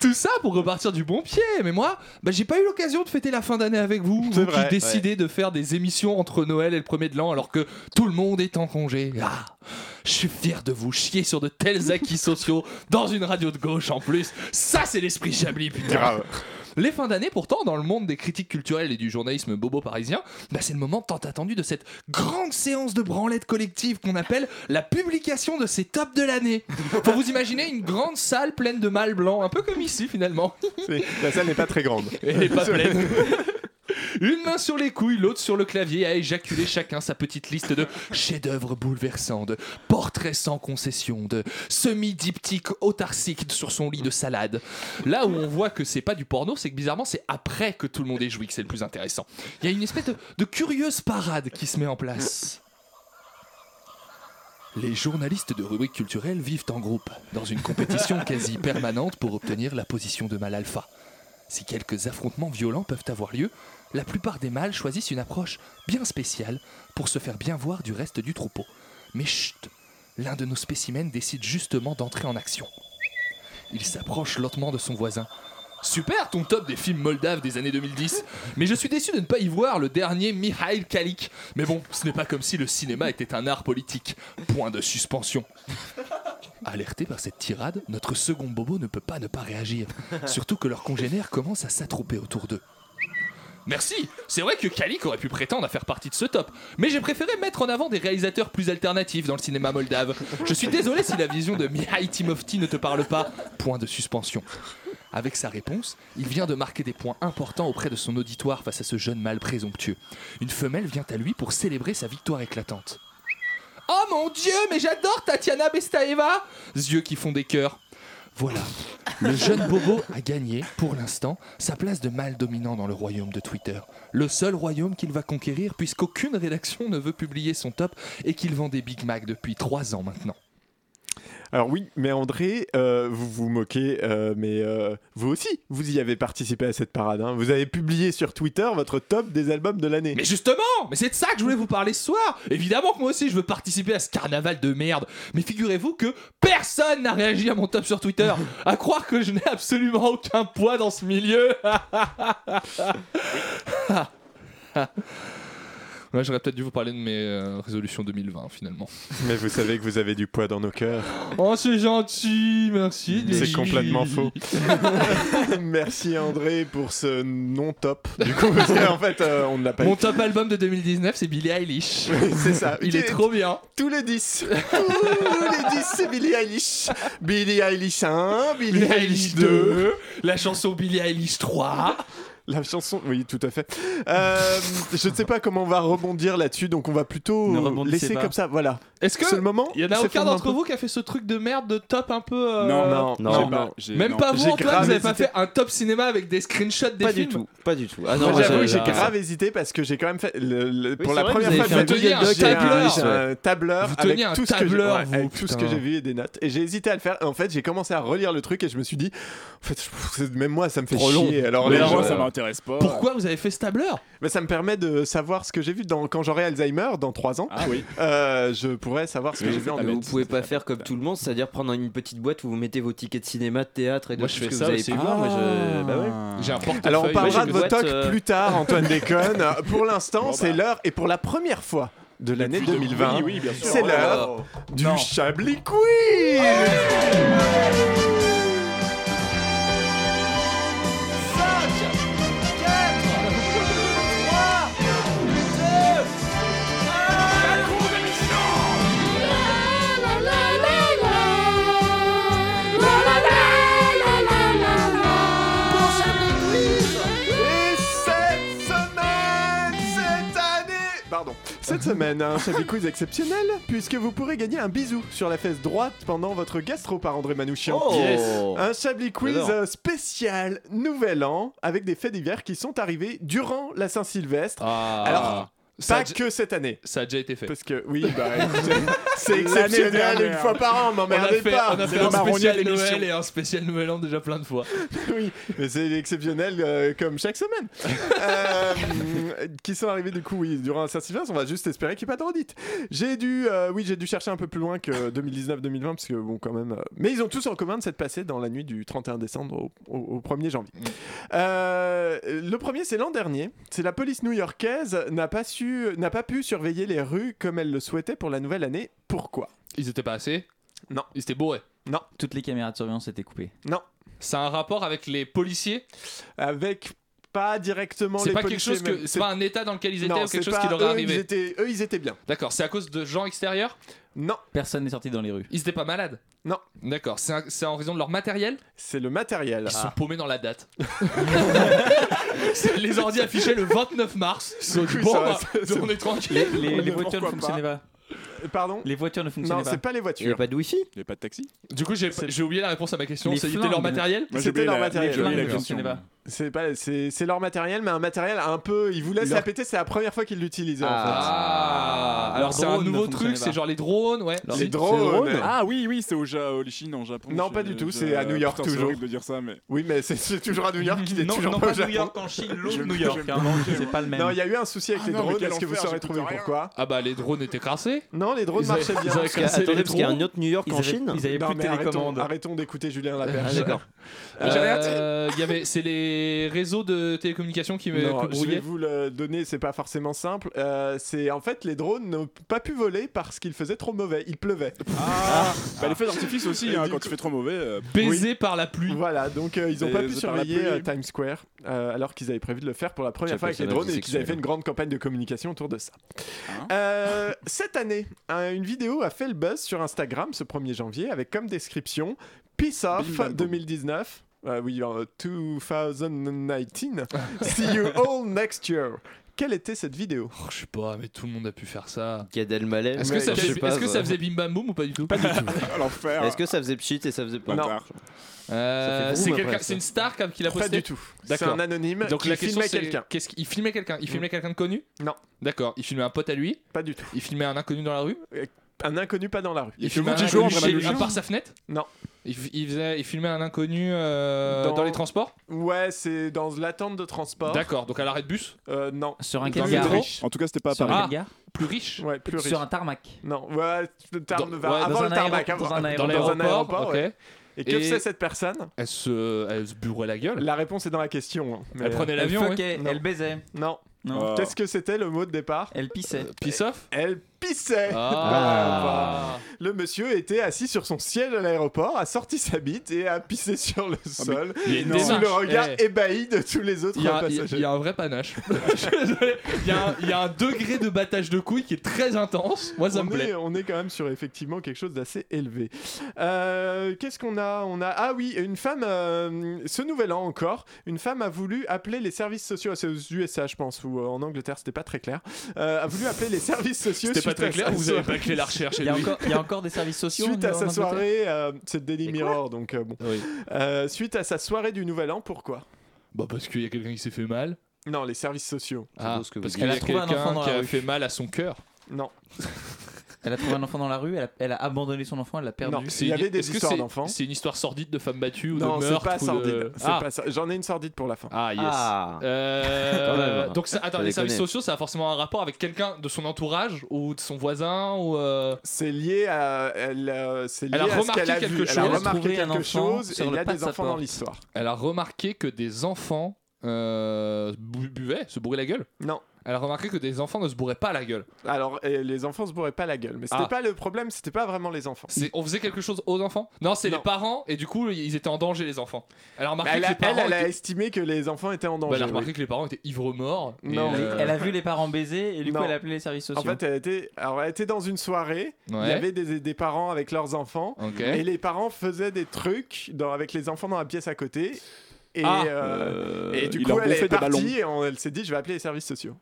Tout ça pour repartir du bon pied. Mais moi, bah, j'ai pas eu l'occasion de fêter la fin d'année avec vous.
C'est
vous
vrai,
qui décidez de faire des émissions entre Noël et le premier de l'an alors que tout le monde est en congé. Ah, je suis fier de vous chier sur de tels acquis sociaux dans une radio de gauche en plus. Ça, c'est l'esprit Chablis, putain.
Grave.
Les fins d'année, pourtant, dans le monde des critiques culturelles et du journalisme bobo parisien, bah, c'est le moment tant attendu de cette grande séance de branlette collective qu'on appelle la publication de ces tops de l'année. Faut vous imaginer une grande salle pleine de mâles blancs, un peu comme ici finalement.
C'est- La salle n'est pas très grande.
Elle est pas pleine. Une main sur les couilles, l'autre sur le clavier, à éjaculer chacun sa petite liste de chefs-d'œuvre bouleversants, de portraits sans concession, de semi-diptyque autarcique sur son lit de salade. Là où on voit que c'est pas du porno, c'est que bizarrement, c'est après que tout le monde est joui que c'est le plus intéressant. Il y a une espèce de, de curieuse parade qui se met en place. Les journalistes de rubrique culturelle vivent en groupe, dans une compétition quasi permanente pour obtenir la position de mâle alpha. Si quelques affrontements violents peuvent avoir lieu, la plupart des mâles choisissent une approche bien spéciale pour se faire bien voir du reste du troupeau. Mais chut L'un de nos spécimens décide justement d'entrer en action. Il s'approche lentement de son voisin. Super ton top des films moldaves des années 2010, mais je suis déçu de ne pas y voir le dernier Mihail Kalik. Mais bon, ce n'est pas comme si le cinéma était un art politique. Point de suspension. Alerté par cette tirade, notre second bobo ne peut pas ne pas réagir. Surtout que leurs congénères commencent à s'attrouper autour d'eux. Merci C'est vrai que Kalik aurait pu prétendre à faire partie de ce top, mais j'ai préféré mettre en avant des réalisateurs plus alternatifs dans le cinéma moldave. Je suis désolé si la vision de Mihai Timofti ne te parle pas. Point de suspension. Avec sa réponse, il vient de marquer des points importants auprès de son auditoire face à ce jeune mâle présomptueux. Une femelle vient à lui pour célébrer sa victoire éclatante. Oh mon dieu, mais j'adore Tatiana Bestaeva Yeux qui font des cœurs. Voilà, le jeune Bobo a gagné, pour l'instant, sa place de mâle dominant dans le royaume de Twitter. Le seul royaume qu'il va conquérir puisqu'aucune rédaction ne veut publier son top et qu'il vend des Big Mac depuis 3 ans maintenant.
Alors oui, mais André, euh, vous vous moquez, euh, mais euh, vous aussi, vous y avez participé à cette parade. hein. Vous avez publié sur Twitter votre top des albums de l'année.
Mais justement, mais c'est de ça que je voulais vous parler ce soir. Évidemment que moi aussi je veux participer à ce carnaval de merde. Mais figurez-vous que personne n'a réagi à mon top sur Twitter. À croire que je n'ai absolument aucun poids dans ce milieu. Ouais, j'aurais peut-être dû vous parler de mes euh, résolutions 2020 finalement.
Mais vous savez que vous avez du poids dans nos cœurs.
Oh, c'est gentil, merci.
C'est complètement faux. Merci André pour ce non top. Du coup, parce qu'en fait, euh, on ne l'a pas.
Mon
eu.
top album de 2019, c'est Billie Eilish.
Oui, c'est ça.
Il est
Qui est-
trop bien.
Tous les 10 Tous les 10 c'est Billie Eilish. Billie Eilish 1, Billie, Eilish 2.
la chanson Billie Eilish 3.
La chanson, oui, tout à fait. Euh, je ne sais pas comment on va rebondir là-dessus, donc on va
Ne
plutôt
rebondissez
laisser
pas.
comme ça. Voilà.
Est-ce que
C'est le moment
Il y en a
C'est
aucun
le moment.
d'entre vous qui a fait ce truc de merde de top un peu. euh,
Non, non,
non.
j'ai
Non.
pas- j'ai-
Même
non.
pas vous,
J'ai
Antoine,
grave
vous avez pas
hésité.
fait un top cinéma avec des screenshots des
Pas
films
du tout, pas du tout. Ah
Moi,
moi,
j'avoue que
ça-
j'ai grave hésité parce que j'ai quand même fait le- le- pour
c'est
la
vrai,
première
vous
fois
avez
de ma
fait un
vie, j'ai
Google Doc,
un-
tableur.
j'ai un tableur
Vous
avec
teniez un
tout ce
tableur,
que j'ai- ouais, avec
vous,
tout ce que
putain.
j'ai vu et des notes et j'ai hésité à le faire en fait j'ai commencé à relire le truc et je me suis dit en fait je- même moi ça me fait
Trop long.
chier alors
Mais
les
moi,
gens-
ça m'intéresse pas.
Pourquoi vous avez fait ce tableur
mais ça me permet de savoir ce que j'ai vu dans, quand j'aurai Alzheimer dans 3 ans
Ah oui.
Euh, je pourrais vrai savoir ce que j'ai vu en
Ah, mais vous
net.
pouvez pas faire comme tout le monde, c'est-à-dire prendre une petite boîte où vous mettez vos tickets de cinéma, de théâtre et de
Moi,
tout
je
ce
fais
que
ça
vous avez
aussi.
pu voir. Moi, je... bah ouais.
Ah. J'ai un portefeuille.
Ah. Alors on parlera de vos tocs
euh,
plus tard, Antoine Déconne. pour l'instant, c'est
bah.
l'heure et pour la première fois de l'année 2020,
oui, oui, bien sûr.
c'est
Oh là
l'heure du Chablis Quiz. Et cette semaine, cette année, pardon, cette semaine, un Chablis Quiz exceptionnel puisque vous pourrez gagner un bisou sur la fesse droite pendant votre gastro par André Manouchian.
Oh Yes.
Un Chablis Quiz
J'adore.
euh, spécial Nouvel An avec des faits divers qui sont arrivés durant la Saint-Sylvestre. Alors.
Ça a
Pas
dj-
que cette année.
Ça a déjà été fait.
Ah, Parce que, oui, bah, écoutez, c'est
L'année
exceptionnel une
dernière.
fois par an, m'emmerdez
on a fait,
pas.
On a
C'est
fait
la
un
marronnière
spécial
de l'émission.
Noël et un spécial Nouvel An déjà plein de fois.
oui, mais c'est exceptionnel euh, comme chaque semaine. Euh, qui sont arrivés du coup, oui, durant un certain silence, on va juste espérer qu'il n'y ait pas de redites. J'ai dû, euh, oui, j'ai dû chercher un peu plus loin que 2019-2020, parce que bon, quand même. euh, mais ils ont tous en commun de s'être passés dans la nuit du 31 décembre au, au- au 1er janvier. Euh, le premier, c'est l'an dernier. C'est la police new-yorkaise n'a pas su, n'a pas pu surveiller les rues comme elle le souhaitait pour la nouvelle année. Pourquoi
Ils étaient pas assez
Non.
Ils étaient bourrés
Non.
Toutes les caméras de surveillance étaient coupées.
Non.
Ça a un rapport avec les policiers
Avec pas directement
C'est
les
pas quelque
policiers.
chose que-
même.
c'est pas un état dans lequel ils étaient
Non,
ou
c'est
quelque chose qui
pas
leur est
eux,
arrivé
ils étaient- Eux, ils étaient bien.
D'accord, c'est à cause de gens extérieurs
Non.
Personne n'est sorti dans les rues.
Ils étaient pas malades
Non.
D'accord, c'est un- c'est en raison de leur matériel
C'est le matériel. Ah.
Ils sont paumés dans la date. C'est- les ordi affichaient le 29 mars. Ils se sont dit,
Oui,
bon,
ça
bah,
va, c'est- c'est-
on est tranquille.
Les, les- les
Mais
voitures ne
pourquoi Euh,
fonctionnaient pas.
Pardon
Les voitures ne fonctionnaient
Non,
pas.
c'est pas les voitures.
pas de wifi
Il n'y a pas de taxi
Du coup, j'ai j'ai oublié la réponse à ma question.
Les
C'était
flingues.
leur matériel
Moi, j'ai
C'était
oublié
leur
la-
matériel.
j'ai oublié la
Je
question.
ne sais pas.
C'est pas, c'est c'est leur matériel, mais un matériel un peu. Ils vous laissent
Leur-
la péter. C'est la première fois qu'ils l'utilisent. en
Ah,
Leur
alors c'est un
drone ne
nouveau
fonctionnait
truc, c'est
pas.
genre les drones, ouais.
fait.
Si.
Les drones. Ah,
Ah oui, oui, c'est au Ja- au Chine, en Japon.
Non,
je-
pas du tout,
je-
c'est à New York,
Putain, c'est
toujours.
horrible de dire ça, mais.
Oui, mais c'est- c'est toujours à New York qu'il est
Non,
toujours
non,
pas au
pas New
Japon.
York en Chine,
Je-
l'autre New
je-
York.
je-
hein. C'est pas le même.
Non, il y a eu un souci avec
Ah
les
non, mais
drones.
quel
Est-ce que vous
enfer,
saurez
j'écoute
trouver
rien.
pourquoi
Ah bah les drones étaient crassés.
Non, les drones
Ils avaient-
marchaient bien.
ils avaient
Parce que-
cassé
attendez,
les
parce qu'il y a
drones.
un autre New York
Ils
en
avaient-
Chine.
Ils avaient
Non,
plus de
mais arrêtons,
télécommande.
arrêtons d'écouter Julien Laperche.
Ah, d'accord.
Euh, il y avait, c'est les réseaux de télécommunications qui me
Non, je vais
brouillaient.
vous le donner, c'est pas forcément simple. Euh, c'est en fait les drones n'ont pas pu voler parce qu'il faisait trop mauvais, il pleuvait.
Ah.
Bah, les feux d'artifice aussi,
Et
hein,
du
quand
coup-
tu fais trop mauvais. euh,
Baisé par la pluie.
Voilà, donc euh, ils n'ont pas
Et
pu
c'est par la
surveiller
pluie.
euh, Times Square euh, alors qu'ils avaient prévu de le faire pour la première
Quel
fois avec les
personnage
drones et qu'ils avaient fait une grande campagne de communication autour de ça.
Hein
Euh, cette année, un- une vidéo a fait le buzz sur Instagram ce 1er janvier avec comme description Peace
Bim,
Off
bam, boum.
2019. Euh, oui, euh, 2019. See you all next year. Quelle était cette vidéo
Oh, je sais pas, mais tout le monde a pu faire ça.
Gad Elmaleh.
Est-ce que,
Ouais,
ça
je
faisait,
sais pas,
est-ce que ça
ça.
faisait bim bam boum ou pas du tout
à L'enfer.
Est-ce que ça faisait pchit et ça faisait pas
Non.
Euh,
Ça fait
c'est,
boum
quelqu'un-
après, ça.
c'est une star comme qu'il a
Pas
posté.
du tout. C'est
D'accord.
un anonyme
Donc
qui
la question
filmait
c'est
quelqu'un. Mm.
qu'est-ce qu'il filmait quelqu'un Il filmait quelqu'un de connu
Non.
D'accord. Il filmait un pote à lui.
Pas du tout. Euh,
Il filmait un inconnu dans la rue.
Un inconnu pas dans la rue.
Il
filmait
filmait un
un jour,
inconnu
André
chez lui,
Manouchian.
un par sa fenêtre.
Non.
Il, f- il faisait, il filmait un inconnu euh, dans...
Dans-
les transports.
Ouais, c'est dans l'attente de transport.
D'accord. Donc à l'arrêt de bus.
Euh, non.
Sur un
Dans
C'était
le
caviar.
métro.
riche. En tout cas, c'était pas à
Sur
Paris.
Ah.
un caviar.
Plus riche.
Ouais, plus riche.
Sur un tarmac.
Non, ouais, le tarn-
Dans-
va-
ouais,
avant
dans
le
un
tarmac, hein,
aéroport,
avant-
dans un
Dans
Dans
l'aéroport. ok.
ouais. Et que
Et-
faisait cette personne
Elle se, elle se burait la gueule.
La réponse est dans la question. hein. Mais-
Elle prenait
Elle
l'avion. ouais.
fuckait,
Non.
elle baisait,
Non.
Non.
Oh.
Qu'est-ce que c'était le mot de départ
elle
Euh,
pissait.
Piss off.
Elle pissait Bah, bah.
Ah.
Le monsieur était assis sur son siège à l'aéroport, a sorti sa bite et a pissé sur
Ah,
le sol.
Il y a une
Non.
Sous le
démarche.
regard
Eh.
ébahi de tous les autres
Il y, a, il y a- il y
passagers.
a un vrai panache. Je suis désolé. il, y a un, il y a un degré de battage de couilles qui est très intense. Moi, ça
on,
me plaît.
est, on est quand même sur effectivement quelque chose d'assez élevé. Euh, Qu'est-ce qu'on a On a ah oui, une femme. euh, ce nouvel an encore, une femme a voulu appeler les services sociaux. C'est aux USA, je pense, ou euh, en Angleterre, c'était pas très clair. Euh, a voulu appeler les services sociaux.
C'était pas
suite
très
à
clair.
sa
Vous
soirée-
avez pas clé la recherche.
Il y, a
Edoui.
encore, il y a encore des services sociaux.
Suite à
en
sa
Angleterre
soirée, euh, c'est le Daily
C'est quoi
Mirror, donc euh, bon.
Oui.
Euh, suite à sa soirée du Nouvel An, pourquoi
Bah parce qu'il y a quelqu'un qui s'est fait mal. Ah,
Non, les services sociaux.
beau ce que vous dites.
parce qu'il y
Elle
a
a trouvé un enfant
quelqu'un
dans
qui
la
a
rue.
fait mal à son cœur.
Non.
Elle a trouvé un enfant dans la rue, elle a, elle a abandonné son enfant, elle l'a perdu.
Non, il y avait des histoires d'enfants.
C'est une histoire sordide de femme battue ou
Non,
de
c'est
meurtre
pas
ou
sordide.
de-
c'est
Ah,
pas ça. J'en ai une sordide pour la fin.
Ah, yes.
Ah.
Euh,
Quand même, hein.
donc, ça- attends,
Je
les
les
services
connais.
sociaux, ça a forcément un rapport avec quelqu'un de son entourage ou de son voisin ou. euh,
C'est lié à, elle, euh, c'est lié
Elle a
à ce
remarqué
qu'elle a
quelque
vu.
chose.
Elle a
Elle a
remarqué
trouvé un
quelque
enfant
chose et
sur
il
le
y a
pas de
des
sa
enfants dans
porte.
l'histoire.
Elle a remarqué que des enfants euh, bu- buvaient, se bourraient la gueule.
Non. Ah,
Elle a remarqué que des enfants ne se bourraient pas la gueule.
Alors, et les enfants se bourraient pas la gueule. Mais c'était
Ah.
pas le problème, c'était pas vraiment les enfants.
C'est- On faisait quelque chose aux enfants Non, c'est les parents et du coup ils étaient en danger les enfants. Elle a remarqué
Bah, Elle,
que
a,
les parents
elle, elle a
étaient-
estimé que les enfants étaient en
Bah,
danger.
elle a remarqué
oui.
que les parents étaient ivres morts. et,
Non.
euh,
Elle a vu les parents baiser et du coup
Non.
elle a appelé les services sociaux.
En fait, elle était, alors, elle était dans une soirée. Il
Ouais.
y avait des, des parents avec leurs enfants.
Ok.
Et les parents faisaient des trucs dans- avec les enfants dans la pièce à côté. Et,
Ah.
euh,
Euh,
et du
il
coup,
leur
elle
gonflait
est
des ballons.
partie et on- elle s'est dit je vais appeler les services sociaux.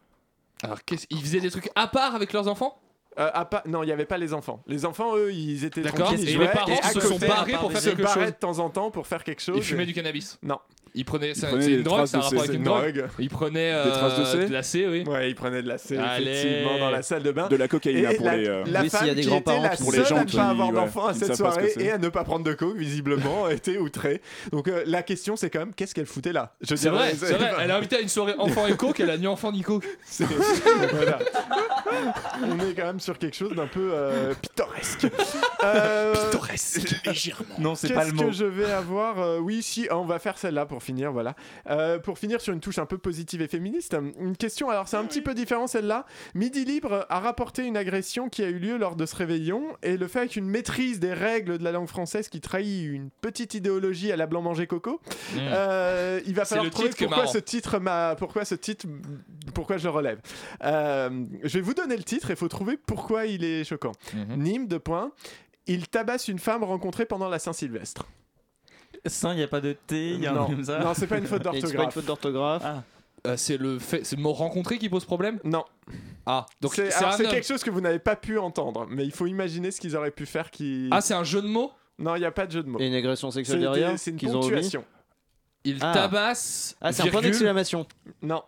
Alors qu'est-ce ils faisaient des trucs à part avec leurs enfants
Euh, à pas- Non, il n'y avait pas les enfants. Les enfants, eux, ils étaient
D'accord.
tranquilles,
Et
ils
les
jouaient,
parents
à
se sont
côté,
barrés pour
ils
faire
se
quelque chose.
barraient de temps en temps pour faire quelque chose.
Ils fumaient
et-
du cannabis.
Non.
Ils prenaient, ça-
Ils prenaient
c'est une
des
drogue,
traces
ça a un
de
rapport
C,
avec
c'est
une
une
drogue.
drogue.
Ils prenaient euh,
Des traces de C
la C, oui.
Ouais, ils prenaient de la C,
Allez.
effectivement, dans la salle de bain.
De la cocaïne, hein,
Et
pour
la,
les, euh,
la
Oui,
femme
s'il y a des
qui était
grands-parents
la
qui- pour les
seule
gens
à ne
qui-
pas avoir
ouais,
d'enfant à
qui ne
cette
savent pas ce que
soirée
c'est.
et à ne pas prendre de coke, visiblement, était outrée. Donc euh, la question, c'est quand même, qu'est-ce qu'elle foutait là Je
C'est
dirais-
vrai, c'est vrai. Elle a invité à une soirée enfant et coke, elle a ni enfant ni coke.
Voilà. On est quand même sur quelque chose d'un peu euh, pittoresque. Euh,
Légèrement.
Non, c'est pas le
Qu'est-ce
mot.
que je vais avoir euh, Oui, si, on va faire celle-là pour finir, voilà. Euh, pour finir sur une touche un peu positive et féministe, euh, une question, alors c'est un petit peu différent celle-là. Midi Libre a rapporté une agression qui a eu lieu lors de ce réveillon et le fait avec une maîtrise des règles de la langue française qui trahit une petite idéologie à la blanc manger coco.
Mm.
Euh, il va
C'est
falloir
le
trouver
titre qui est
pourquoi
marrant.
ce titre m'a pourquoi ce titre pourquoi je le relève Euh, je vais vous donner le titre et faut trouver pourquoi il est choquant
Mhm.
Nîmes de points il tabasse une femme rencontrée pendant la Saint-Sylvestre
Sans, il n'y a pas de thé, il y a un
non,
truc comme ça. Ah.
non, c'est pas une faute d'orthographe
d'orthographe.
Euh, c'est le fait, c'est le mot rencontrer qui pose problème
Non.
Ah, donc
c'est
c'est
alors,
un
c'est
homme.
quelque chose que vous n'avez pas pu entendre mais il faut imaginer ce qu'ils auraient pu faire qui
Ah, c'est un jeu de mots
non il n'y a pas de jeu de mots
Et une agression
c'est
sexuelle
des-
derrière
c'est une
qu'ils ont omis
ponctuation
Il
Ah.
tabasse.
Ah, c'est un point
virgule.
d'exclamation.
non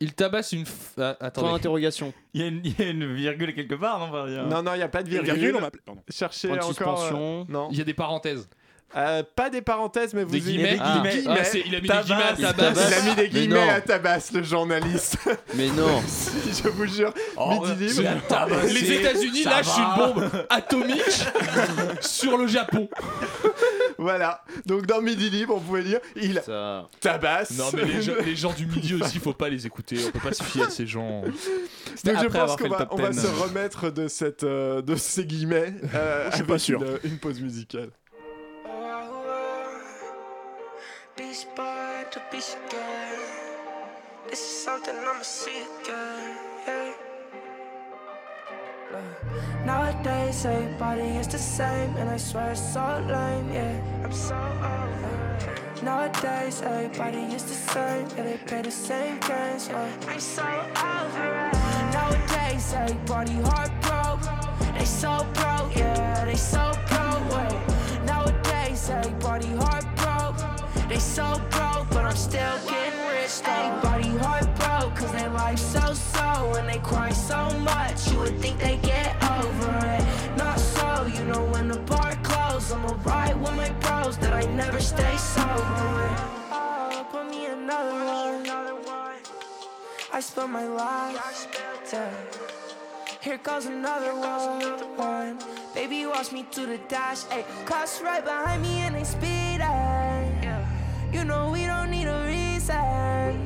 Il tabasse une. f- ah,
Point
attendez.
d'interrogation.
Il y, a une- il y a une virgule quelque part, non par dire.
non non il n'y a pas de virgule,
Ah. virgule, on m'appelait, pardon.
cherchez
Point de
encore euh,
suspension.
non
Il y a des parenthèses.
Euh, pas des parenthèses, mais vous
Des guillemets.
des
Ah.
guillemets.
Ah, c'est- il a mis des guillemets à
Il
tabasse.
Il a mis
Mais
des guillemets
non.
à tabasse, le journaliste.
Mais non.
Si, je vous jure.
Oh,
Midi Libre.
Les États-Unis
Ça
lâchent
va.
une bombe atomique sur le Japon.
Voilà. Donc dans Midi Libre, on pouvait lire il tabasse.
Non, mais les, gens- les gens du midi aussi, faut pas les écouter. On peut pas se fier à ces gens.
Donc je pense qu'on va, on va se remettre de, cette, euh, de ces guillemets euh,
Je suis pas
avec
sûr.
Une, euh, une pause musicale.
Beach boy to beach girl. This is something I'ma see again. Yeah. Look, Nowadays, everybody is the same, and I swear it's so lame. Yeah, I'm so over. it. Nowadays, everybody is the same, and they play the same games. Yeah, I'm so over. it. Nowadays, everybody heartbroken. They so broke, yeah, they so broke. Wait. Nowadays, everybody heartbroken. They so broke, but I'm still getting rich. Though. Everybody heartbroken, cause their life so so. And they cry so much, you would think they get over it. Not so, you know, when the bar closed, I'ma ride with my bros that I never stay sober. Oh, put me another one. I spilled my life. Yeah. Here goes another one. Baby, watch me to the dash. Ay, cops right behind me and they speed. You know we don't need a reason.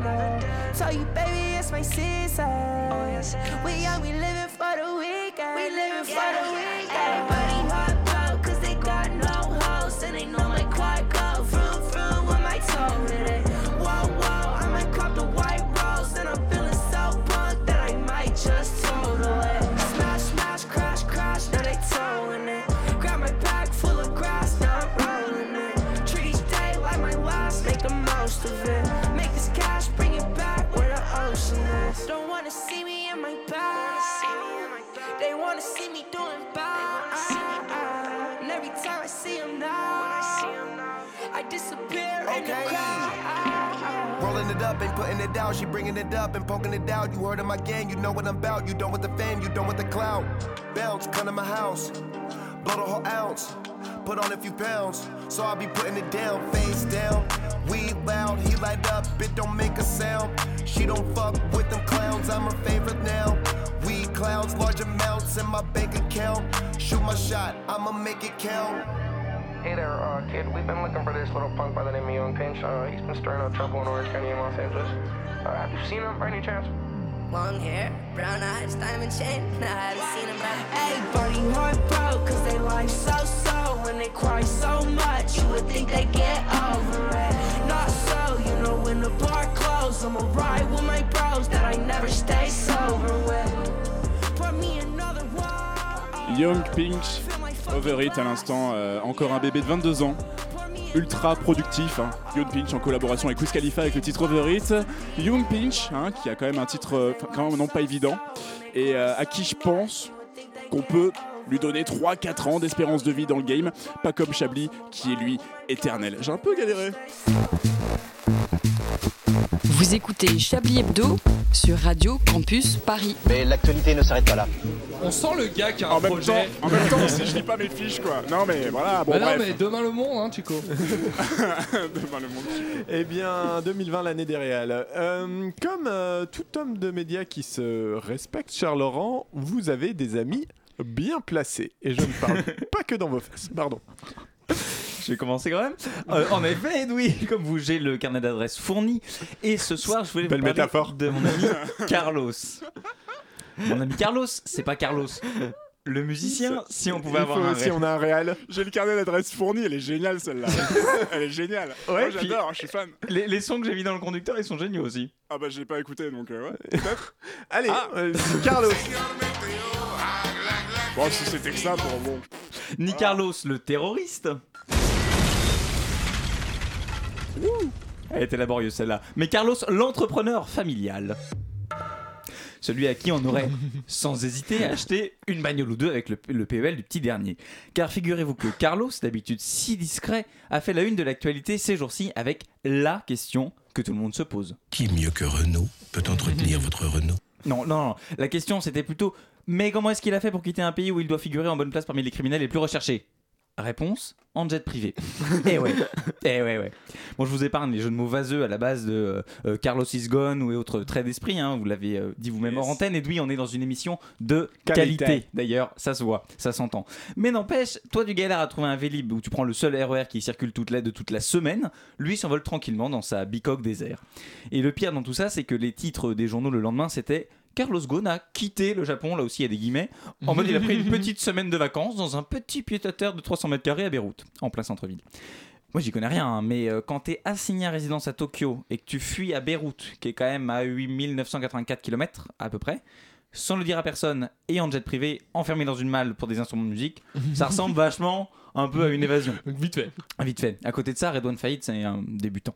No. Tell you, baby, it's my season. We young, we living for the weekend. We living for the weekend. Everybody hot broke, cause they got no hoes. And they know my quad go vroom vroom with my toe in it. Whoa, whoa, I might cop the white rose. And I'm feeling so punk that I might just total it. Smash, smash, crash, crash, now they towing it. Grab my pack full of grass, now I'm rolling it. Treat each day like my last, make the most of it. Make this cash, bring it back where the ocean is. Don't wanna see me in my bag. They wanna see me doing bad. And every time I see 'em now, I disappear in the crowd.
pulling it up, ain't putting it out. She bringing it up and poking it out. You heard of my gang, you know what I'm about. You done with the fame, you done with the clout. Bounce, come to my house, blow the whole ounce. Put on a few pounds, so I'll be putting it down, face down. We loud, he light up, it don't make a sound. She don't fuck with them clowns, I'm her favorite now. We clowns, large amounts in my bank account. Shoot my shot, I'ma make it count.
Hey there, uh, kid. We've been looking for this little punk by the name of Young Pinch. Uh, he's been stirring up trouble in Orange County in Los Angeles. Uh, have you seen him by any chance?
Long hair, brown eyes, diamond chain. Nah, I haven't seen him, but everybody heart broke, cause they life so so. When they cry so much, you would think they get over it. Not so, you know, when the bar closed, I'ma ride with my bros that I never stay sober with. Pour me another one.
Young Pinch, Over It à l'instant, euh, encore un bébé de 22 ans, ultra productif. hein. Young Pinch en collaboration avec Wiz Khalifa avec le titre Over It. Young Pinch, hein, qui a quand même un titre euh, enfin, quand même non pas évident, et euh, à qui je pense qu'on peut lui donner 3-4 ans d'espérance de vie dans le game, pas comme Chablis qui est lui éternel. J'ai un peu galéré.
Vous écoutez Chablis Hebdo sur Radio Campus Paris.
Mais l'actualité ne s'arrête pas là.
On sent le gars qui a un
En même temps,
projet.
en même temps, si je lis pas mes fiches quoi. Non mais voilà, bon
Bah non,
bref.
mais demain le monde, hein, Chico.
Demain, le monde.
Eh bien, 2020, l'année des réals. Euh, comme euh, tout homme de médias qui se respecte, Charles Laurent, vous avez des amis bien placés. Et je ne parle pas que dans vos fesses, pardon.
Je vais commencer quand même. Euh, en effet, Ed, oui, comme vous, j'ai le carnet d'adresses fourni. Et ce soir, je voulais vous
Belle
parler
métaphore.
de mon ami Carlos. Mon ami Carlos, c'est pas Carlos. Le musicien, si on pouvait
Il
avoir
faut
un
aussi,
rêve.
on a un réel. J'ai le carnet d'adresse fourni, elle est géniale celle-là. elle est géniale.
Ouais,
Moi,
puis-
j'adore, je suis fan.
Les, les sons que j'ai mis dans le conducteur, ils sont géniaux aussi. euh,
Ah bah j'ai pas écouté donc euh, ouais. Peut-être.
Allez,
Ah.
Carlos.
Bon, Oh, si c'était que ça, bon, bon.
Ni Carlos, le terroriste. Elle était laborieuse celle-là. Mais Carlos, l'entrepreneur familial. Celui à qui on aurait sans hésiter acheté une bagnole ou deux avec le, le PEL du petit dernier. Car figurez-vous que Carlos, d'habitude si discret, a fait la une de l'actualité ces jours-ci avec la question que tout le monde se pose.
Qui mieux que Renault peut entretenir votre Renault
Non, non, non. La question c'était plutôt Mais comment est-ce qu'il a fait pour quitter un pays où il doit figurer en bonne place parmi les criminels les plus recherchés Réponse en jet privé. eh ouais, eh ouais, ouais. Bon, je vous épargne les jeux de mots vaseux à la base de euh, Carlos is gone ou et autres traits d'esprit. hein. vous l'avez euh, dit vous-même hors antenne. Et oui, on est dans une émission de
Qualité.
qualité. D'ailleurs, ça se voit, ça s'entend. Mais n'empêche, toi, du galère à trouver un Vélib où tu prends le seul RER qui circule toute la, de toute la semaine. Lui s'envole tranquillement dans sa bicoque désert. Et le pire dans tout ça, c'est que les titres des journaux le lendemain, c'était Carlos Ghosn a quitté le Japon, là aussi, il y a des guillemets. En mode, il a pris une petite semaine de vacances dans un petit pied à terre de 300 mètres carrés à Beyrouth, en plein centre-ville. Moi, j'y connais rien, hein, mais euh, quand t'es assigné à résidence à Tokyo et que tu fuis à Beyrouth, qui est quand même à 8984 km à peu près, sans le dire à personne et en jet privé, enfermé dans une malle pour des instruments de musique, ça ressemble vachement un peu à une évasion.
Vite fait.
Vite fait. À côté de ça, Redouane Faïd, c'est un débutant.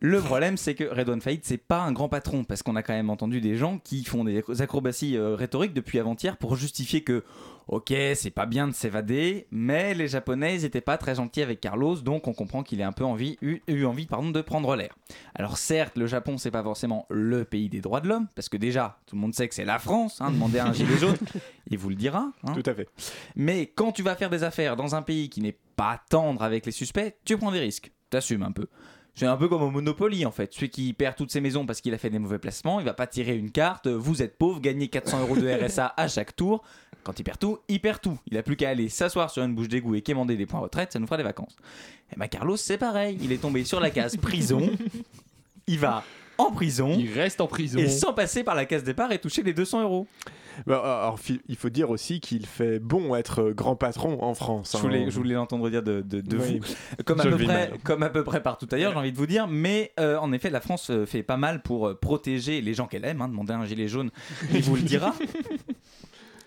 Le problème, c'est que Redouane Faïd, c'est pas un grand patron, parce qu'on a quand même entendu des gens qui font des acrobaties euh, rhétoriques depuis avant-hier pour justifier que, ok, c'est pas bien de s'évader, mais les Japonais n'étaient pas très gentils avec Carlos, donc on comprend qu'il ait un peu envie, eu, eu envie pardon, de prendre l'air. Alors certes, le Japon, c'est pas forcément le pays des droits de l'homme, parce que déjà, tout le monde sait que c'est la France, hein, demandez à un gilet jaune, il vous le dira. Tout
à fait.
Mais quand tu vas faire des affaires dans un pays qui n'est pas tendre avec les suspects, tu prends des risques. T'assumes un peu. C'est un peu comme au Monopoly en fait. Celui qui perd toutes ses maisons parce qu'il a fait des mauvais placements, il va pas tirer une carte. Vous êtes pauvre, gagnez 400 euros de RSA à chaque tour. Quand il perd tout, il perd tout. Il a plus qu'à aller s'asseoir sur une bouche d'égout et quémander des points retraite, ça nous fera des vacances. Et ben Carlos, c'est pareil. Il est tombé sur la case prison. Il va en prison. Il
reste en prison.
Et sans passer par la case départ et toucher les 200 euros.
Bah, alors, fi- il faut dire aussi qu'il fait bon être euh, grand patron en France. hein.
Je voulais- je voulais l'entendre dire de, de, de
Oui.
vous. Comme à,
Je
peu
le vis
près,
mal.
comme à peu près partout ailleurs, j'ai envie de vous dire. Mais euh, en effet, la France euh, fait pas mal pour euh, protéger les gens qu'elle aime. hein. demandez à un gilet jaune, il vous le dira.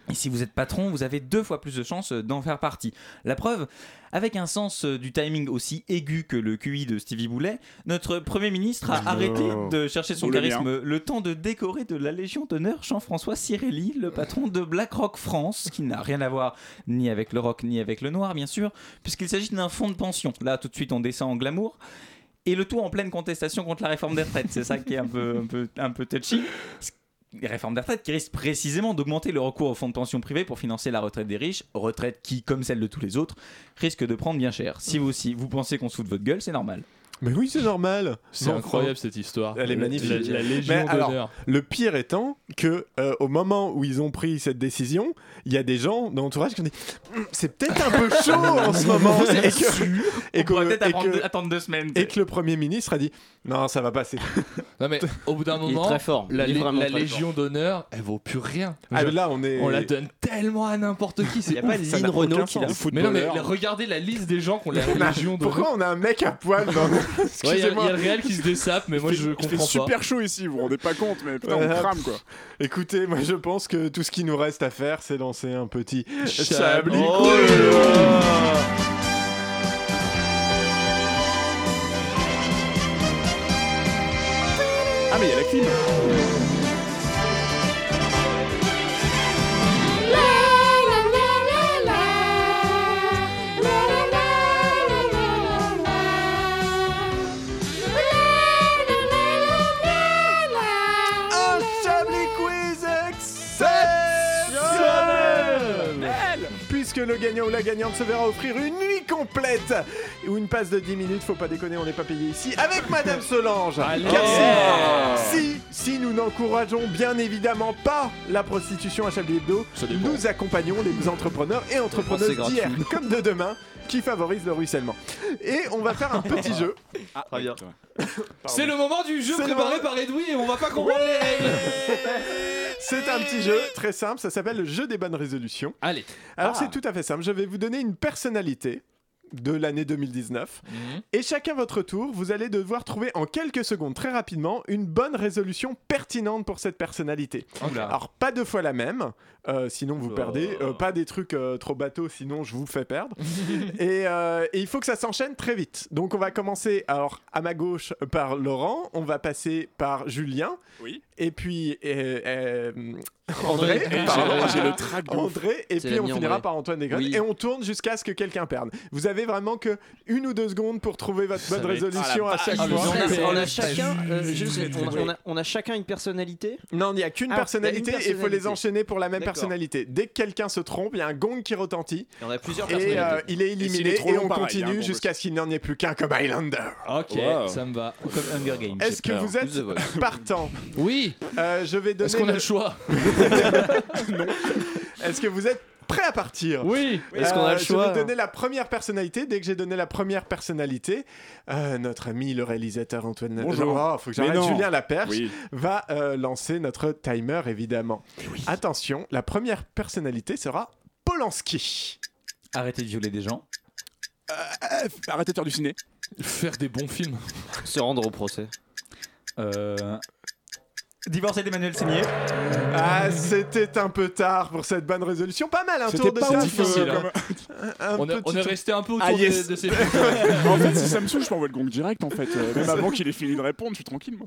Et si vous êtes patron, vous avez deux fois plus de chances euh, d'en faire partie. La preuve, avec un sens euh, du timing aussi aigu que le QI de Stevie Boulet, notre Premier ministre a
Oh.
arrêté de chercher son
Ou le
charisme
mien.
euh, le temps de décorer de la Légion d'honneur Jean-François Cirelli, le patron de BlackRock France, qui n'a rien à voir ni avec le rock ni avec le noir, bien sûr, puisqu'il s'agit d'un fonds de pension. Là, tout de suite, on descend en glamour. Et le tout en pleine contestation contre la réforme des retraites. C'est ça qui est un peu, un peu, un peu touchy. Les réformes des retraites qui risquent précisément d'augmenter le recours aux fonds de pension privés pour financer la retraite des riches, retraite qui, comme celle de tous les autres, risque de prendre bien cher. Si vous aussi vous pensez qu'on se fout de votre gueule, c'est normal.
Mais oui, c'est normal.
C'est incroyable cette histoire.
Elle est
La-
magnifique.
la- la Légion
Mais alors,
d'honneur.
Le pire étant que euh, au moment où ils ont pris cette décision, il y a des gens dans l'entourage qui ont dit Hum, c'est peut-être un peu chaud en ce moment. Et que, et
On pourrait
que-
peut-être
et
apprendre-
que-
attendre deux semaines.
et que le premier ministre a dit non, ça va passer.
Non mais au bout d'un
Il est
moment,
très fort.
la,
Il est
lé-
vraiment
la
très
Légion d'honneur, elle vaut plus rien.
Ah,
Je-
mais là, on est-
la donne tellement à n'importe qui. Il
Y a pas Lynn Renault qui l'a-
Mais non, mais
Footballeur.
la- regardez la liste des gens qui ont la
On a-
Légion d'honneur.
Pourquoi on a un mec à poil dans le-
Il y, a
Excusez-moi.
y a le réel qui se dessape, mais moi je comprends
fait
pas.
super
chaud ici, vous vous rendez pas compte, mais putain,
Voilà.
on crame quoi.
Écoutez, moi je pense que tout ce qui nous reste à faire, c'est lancer un petit
Chablis
Chablis
Cool.
Cool.
Oh.
Ah, mais il y a la clim.
Un Chablis Quiz exceptionnel Puisque le gagnant ou la gagnante se verra offrir une nuit complète ou une passe de 10 minutes, faut pas déconner, on n'est pas payé ici, avec Madame Solange
Allez.
Car si,
Ouais.
si, si nous n'encourageons bien évidemment pas la prostitution à Chablis Hebdo, nous accompagnons les entrepreneurs et entrepreneuses
Ah, C'est gratuit.
d'hier comme de demain qui favorisent le ruissellement. Et on va faire un petit jeu.
Très bien. C'est le moment du jeu
C'est le
préparé
moment.
par Edoui et on va pas comprendre les règles.
C'est un petit jeu très simple, ça s'appelle le jeu des bonnes résolutions.
Allez.
Alors
Ah.
c'est tout à fait simple, je vais vous donner une personnalité de l'année 2019
Mhm.
et chacun votre tour, vous allez devoir trouver en quelques secondes très rapidement une bonne résolution pertinente pour cette personnalité.
Oula.
Alors pas deux fois la même, euh, sinon vous perdez, euh, pas des trucs euh, trop bateaux, sinon je vous fais perdre. et, euh, et il faut que ça s'enchaîne très vite. Donc on va commencer alors à ma gauche par Laurent, on va passer par Julien.
Oui.
Et puis euh, euh,
André.
André,
J'ai-
pardon.
j'ai le trac de ouf.
André, et
C'est
puis on
l'ami
finira
André.
par Antoine Negret.
Oui.
Et on tourne jusqu'à ce que quelqu'un perde. Vous avez vraiment que une ou deux secondes pour trouver votre
Ça
bonne
va être-
résolution
Ah, la
à chaque
vache.
fois.
Ah, mais on a chacun, euh, juste, on a- on a- on a chacun une personnalité
Non, il n'y a qu'une
Ah,
personnalité
il y a une
et il faut les
personnalité.
enchaîner pour la même
D'accord.
personnalité. Dès que quelqu'un se trompe, il y a un gong qui retentit.
Il y en a plusieurs
Et euh,
personnalités.
il est
Et s'il est
éliminé
trop
et,
long,
on
pareil, hein, bah, il y a un
continue
gong
jusqu'à ce qu'il n'en ait plus qu'un comme Highlander.
Ok, ça me va. Comme Hunger Games.
Est-ce que vous êtes partant Euh,
Oui.
je vais donner.
Est-ce qu'on a le choix
Est-ce que vous êtes prêt à partir
Oui.
Euh, Je vais donner la première personnalité. Dès que j'ai donné la première personnalité, euh, notre ami le réalisateur Antoine.
Bonjour.
Oh, faut que
Mais
j'arrête
non.
Julien Laperche.
Oui.
Va euh, lancer notre timer évidemment.
Eh
Attention, la première personnalité sera Polanski.
Arrêtez de violer des gens.
Euh,
Euh, arrêtez de faire du ciné.
Faire des bons films.
Se rendre au procès.
Euh... Divorcer d'Emmanuel Seigné.
Ah, c'était un peu tard pour cette bonne résolution. Pas mal, un
C'était
tour de
pas
table,
ouf, hein.
euh,
Comme-
un- un
On est- on
petit
est
tour.
resté un peu autour
Ah, yes.
de- de ces-
en fait, si ça me saoule, je m'envoie le gong direct en fait. Euh, même avant qu'il ait fini de répondre, je suis tranquille moi.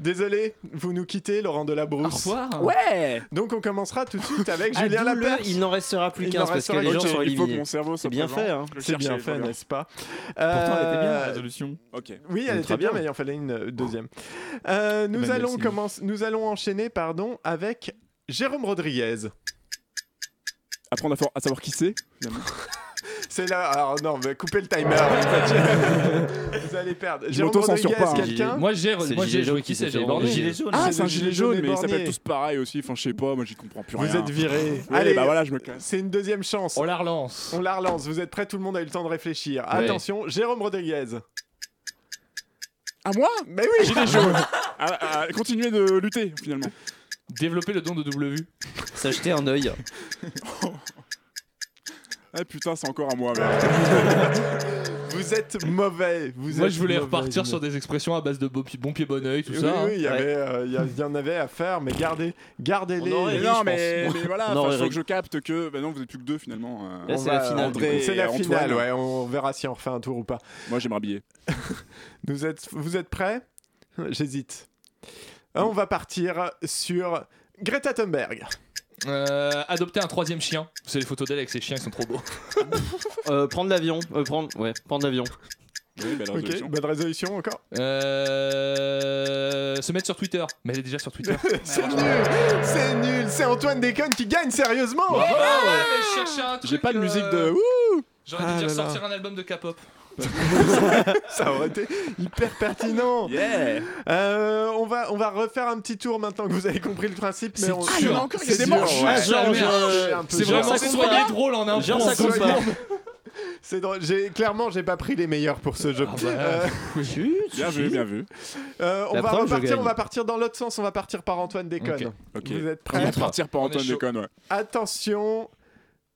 Désolé, vous nous quittez, Laurent Delabrousse.
Au revoir.
Ouais. Donc on commencera tout de suite avec
Ah,
Julien
d'où le-
Laperche.
il n'en restera plus
Il
qu'un,
n'en
parce que
restera
les
qu'un.
gens sont
Il faut que
éliminés.
mon cerveau
C'est
soit
bien
présent.
fait, hein.
Je le
C'est
cherchais,
bien
il
fait,
faut
n'est-ce pas
Pourtant, elle était bien la
Euh,
résolution. Ok.
Oui, elle
Mais
était
très
bien,
bien.
mais il en fallait une euh, deuxième. Euh, nous,
Emmanuel
allons
Simon.
commencer, nous allons enchaîner pardon, avec Jérôme Rodriguez.
Apprendre à, faire- à savoir qui c'est.
C'est là. Alors, non, mais coupez le timer. vous, allez perdre.
Je
Jérôme
m'auto-censure
Rodriguez,
pas, hein.
quelqu'un
Moi, j'ai- C'est moi, le j'ai gilet joué jaune qui qui c'est, s'est j'ai fait borné. borner.
Ah, c'est un
le
gilet jaune, mais ils
éborgné.
s'appellent tous pareil aussi. Enfin, je sais pas, moi j'y comprends plus rien.
Vous êtes viré.
Ouais, bah voilà, je me casse.
C'est une deuxième chance.
On la relance.
On la relance. Vous êtes prêts Tout le monde a eu le temps de réfléchir.
Ouais.
Attention, Jérôme Rodriguez.
À moi
Mais oui
Gilet jaune Ah, ah, Continuez de lutter finalement.
Développer le don de W.
S'acheter un œil.
Ah putain, c'est encore à moi.
Vous êtes mauvais. Vous
Moi,
êtes
je voulais
mauvais,
repartir
vous
sur des expressions à base de bon pied, bon pied, bon oeil, tout
Oui,
ça.
oui,
hein.
il y, avait, euh, il y a- il y en avait à faire, mais gardez, gardez-les.
Mais
les-
non,
je
mais,
pense.
mais voilà, enfin, faut que je capte que. Bah non, vous êtes plus que deux finalement. euh,
On
on
va-
va-
euh,
André
C'est
et
la
Antoine.
finale, ouais. On verra si on refait un tour ou pas.
Moi, j'aimerais bien.
Nous êtes, vous êtes prêts J'hésite. Ah, On va partir sur Greta Thunberg.
Euh, adopter un troisième chien. C'est les photos d'elle avec ses chiens, ils sont trop beaux.
Euh, prendre l'avion. Euh, prendre... Ouais, prendre l'avion.
belle
Ok,
résolution.
bonne résolution encore.
Euh, se mettre sur Twitter. Mais elle est déjà sur Twitter.
C'est nul, c'est nul, c'est Antoine Déconne qui gagne sérieusement.
Ouais,
Bravo.
mais cherchez un truc,
J'ai pas de
euh,
musique de. Wouh
J'aurais
Ah
dû dire
là là.
sortir un album de K-pop.
Ça aurait été hyper pertinent.
Yeah.
Euh, on va on va refaire un petit tour maintenant que vous avez compris le principe. mais
C'est
on-
dur.
Ah, il y en a encore, il y a
C'est
des
dur,
manches.
ouais.
Ah,
Ah,
genre,
merde.
genre, un peu
C'est
genre.
vraiment,
Ça
c'est
compte
soyez
pas.
drôle en impro.
Genre, ça compte
Soyez-
pas. C'est drôle. J'ai clairement j'ai pas pris les meilleurs pour ce jeu.
bah,
Euh,
Bien vu, bien vu.
euh, on
La
va
preuve, je
repartir,
gagne.
on va partir dans l'autre sens. On va partir par Antoine Déconne.
Ok.
Vous êtes
On
prêts
va partir par Antoine Déconne, ouais.
Attention,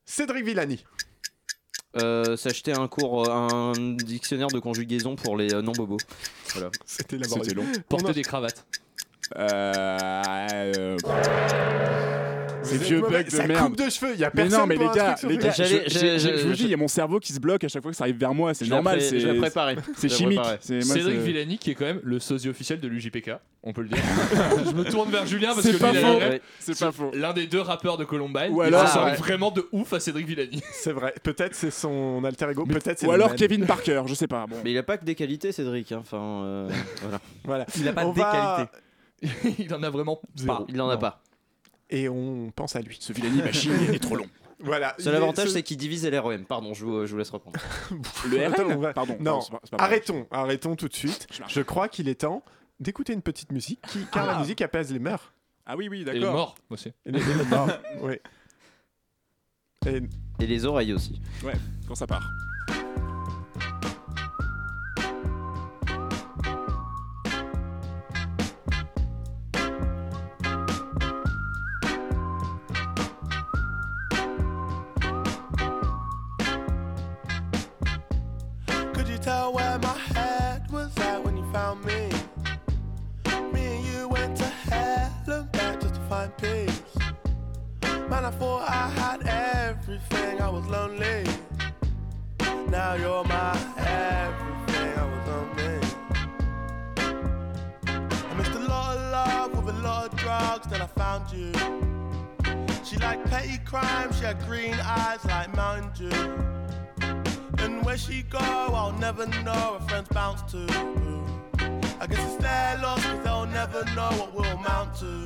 Cédric Villani.
Euh, S'acheter un cours, euh, un dictionnaire de conjugaison pour les euh, non-bobos. Voilà.
C'était laborieux.
C'était long.
Porter
On en-
des cravates.
Ces
Euh, Vous êtes
vieux
mauvais,
bugs de
ça
merde.
coupe de cheveux, y a
mais non,
personne
mais
pour
les
un
gars,
truc sur
les
le
gars,
jeu.
j'ai-
J'allais-
j'ai-
j'allais-
j'ai- je vous
j'allais-
dis, il y a mon cerveau qui se bloque à chaque fois que ça arrive vers moi, c'est
Je l'ai
normal,
pré-
c'est
je l'ai préparé. Je
C'est
l'ai
chimique.
préparé.
c'est- moi,
Cédric
c'est-
Villani qui est quand même le sosie officiel de l'UJPK, on peut le dire. je me tourne vers Julien parce
C'est
que
pas
lui, il a
faux.
la rêve.
Ouais. C'est pas faux.
L'un des deux rappeurs de Columbine.
Ou
Ou
alors-
alors, ça
Ah, ouais.
vraiment de ouf à Cédric Villani.
C'est vrai, peut-être c'est son alter ego, peut-être c'est
ou
le
alors
même.
Kevin
Parker, je sais pas. Bon.
Mais il a pas que des qualités, Cédric. hein. Enfin, euh, voilà.
Voilà.
Il a pas
On
des
va-
il en a vraiment
pas. Il en a pas.
Et on pense à lui. Ce
Villani machine est trop long.
Voilà.
Seul avantage, c'est qu'il divise LROM. Pardon, je vous, euh, je vous laisse reprendre.
Le
RN?
Pardon.
Non,
Non,
c'est pas- c'est pas vrai.
arrêtons, arrêtons tout de suite. Je crois qu'il est temps d'écouter une petite musique, qui, car la
Ah.
musique apaise les mœurs.
Ah oui, oui,
Il est
d'accord.
mort aussi.
Et les, et les morts, oui. Et...
Et les oreilles aussi.
Ouais, quand ça part.
Could you tell where my head was at when you found me? Me and you went to hell and back just to find peace. Man, I thought I had everything, I was lonely. Now you're my everything, I was lonely. I missed a lot of love with a lot of drugs, then I found you. She liked petty crime, she had green eyes like Mountain Dew. And where she go, I'll never know. Her friends bounce to. I guess it's their loss, cause they'll never know what we'll amount to.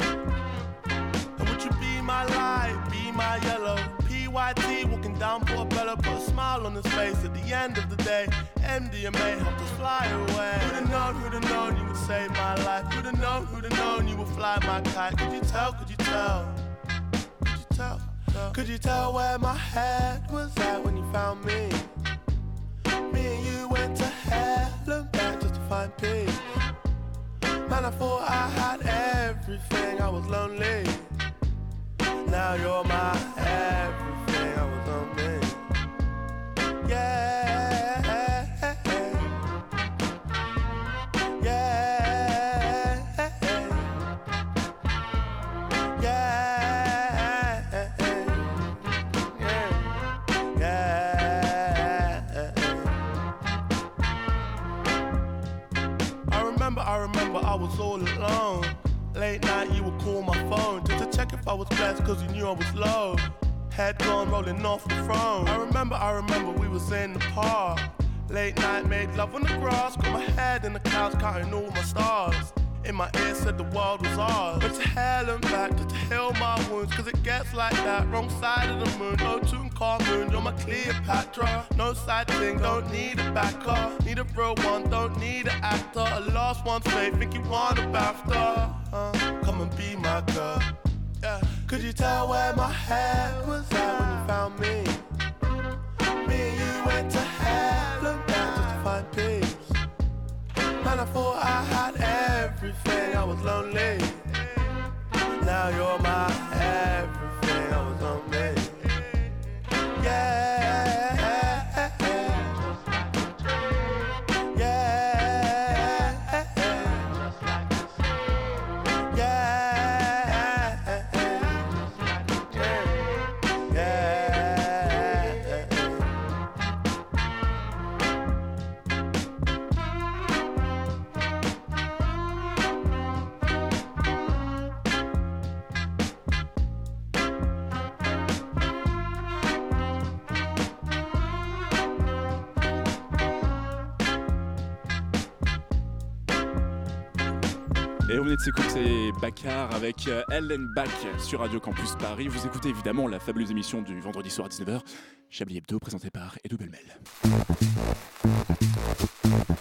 And would you be my light, be my yellow? PYT walking down Portobello, put a smile on his face. At the end of the day, MDMA helped us fly away. Who'd have known, who'd have known you would save my life? Who'd have known, who'd have known you would fly my kite? Could you tell, could you tell? Could you tell? Could you tell where my head was at when you found me? Me and you went to hell and back just to find peace. Man, I thought I had everything, I was lonely. Now you're my everything, I was lonely. Yeah. Yeah. Yeah. Yeah. Yeah. I remember, I remember I was all alone. Late night, you would call my phone just to check if I was blessed, cause you knew I was low. Head gone rolling off the throne. I remember, I remember we was in the park. Late night, made love on the grass, got my head in the clouds, counting all my stars. In my ear said the world was ours. Went to hell and back just to heal my wounds, cause it gets like that. Wrong side of the moon, no tune, calm moon, you're my Cleopatra. No side thing, don't need a backer. Need a real one, don't need an actor. A lost one's fake, think you want a BAFTA. Uh, come and be my girl. Yeah. Could you tell where my head was at when you found me? Me and you went to hell and back just to find peace. Man, I thought I had everything, I was lonely. Now you're my everything, I was lonely. Yeah. Yeah. Yeah. Yeah.
Et on venez de s'écouter Baccar avec euh, Ellen Bach sur Radio Campus Paris. Vous écoutez évidemment la fabuleuse émission du vendredi soir à 19h, Chablis Hebdo, présentée par Edou Belmel.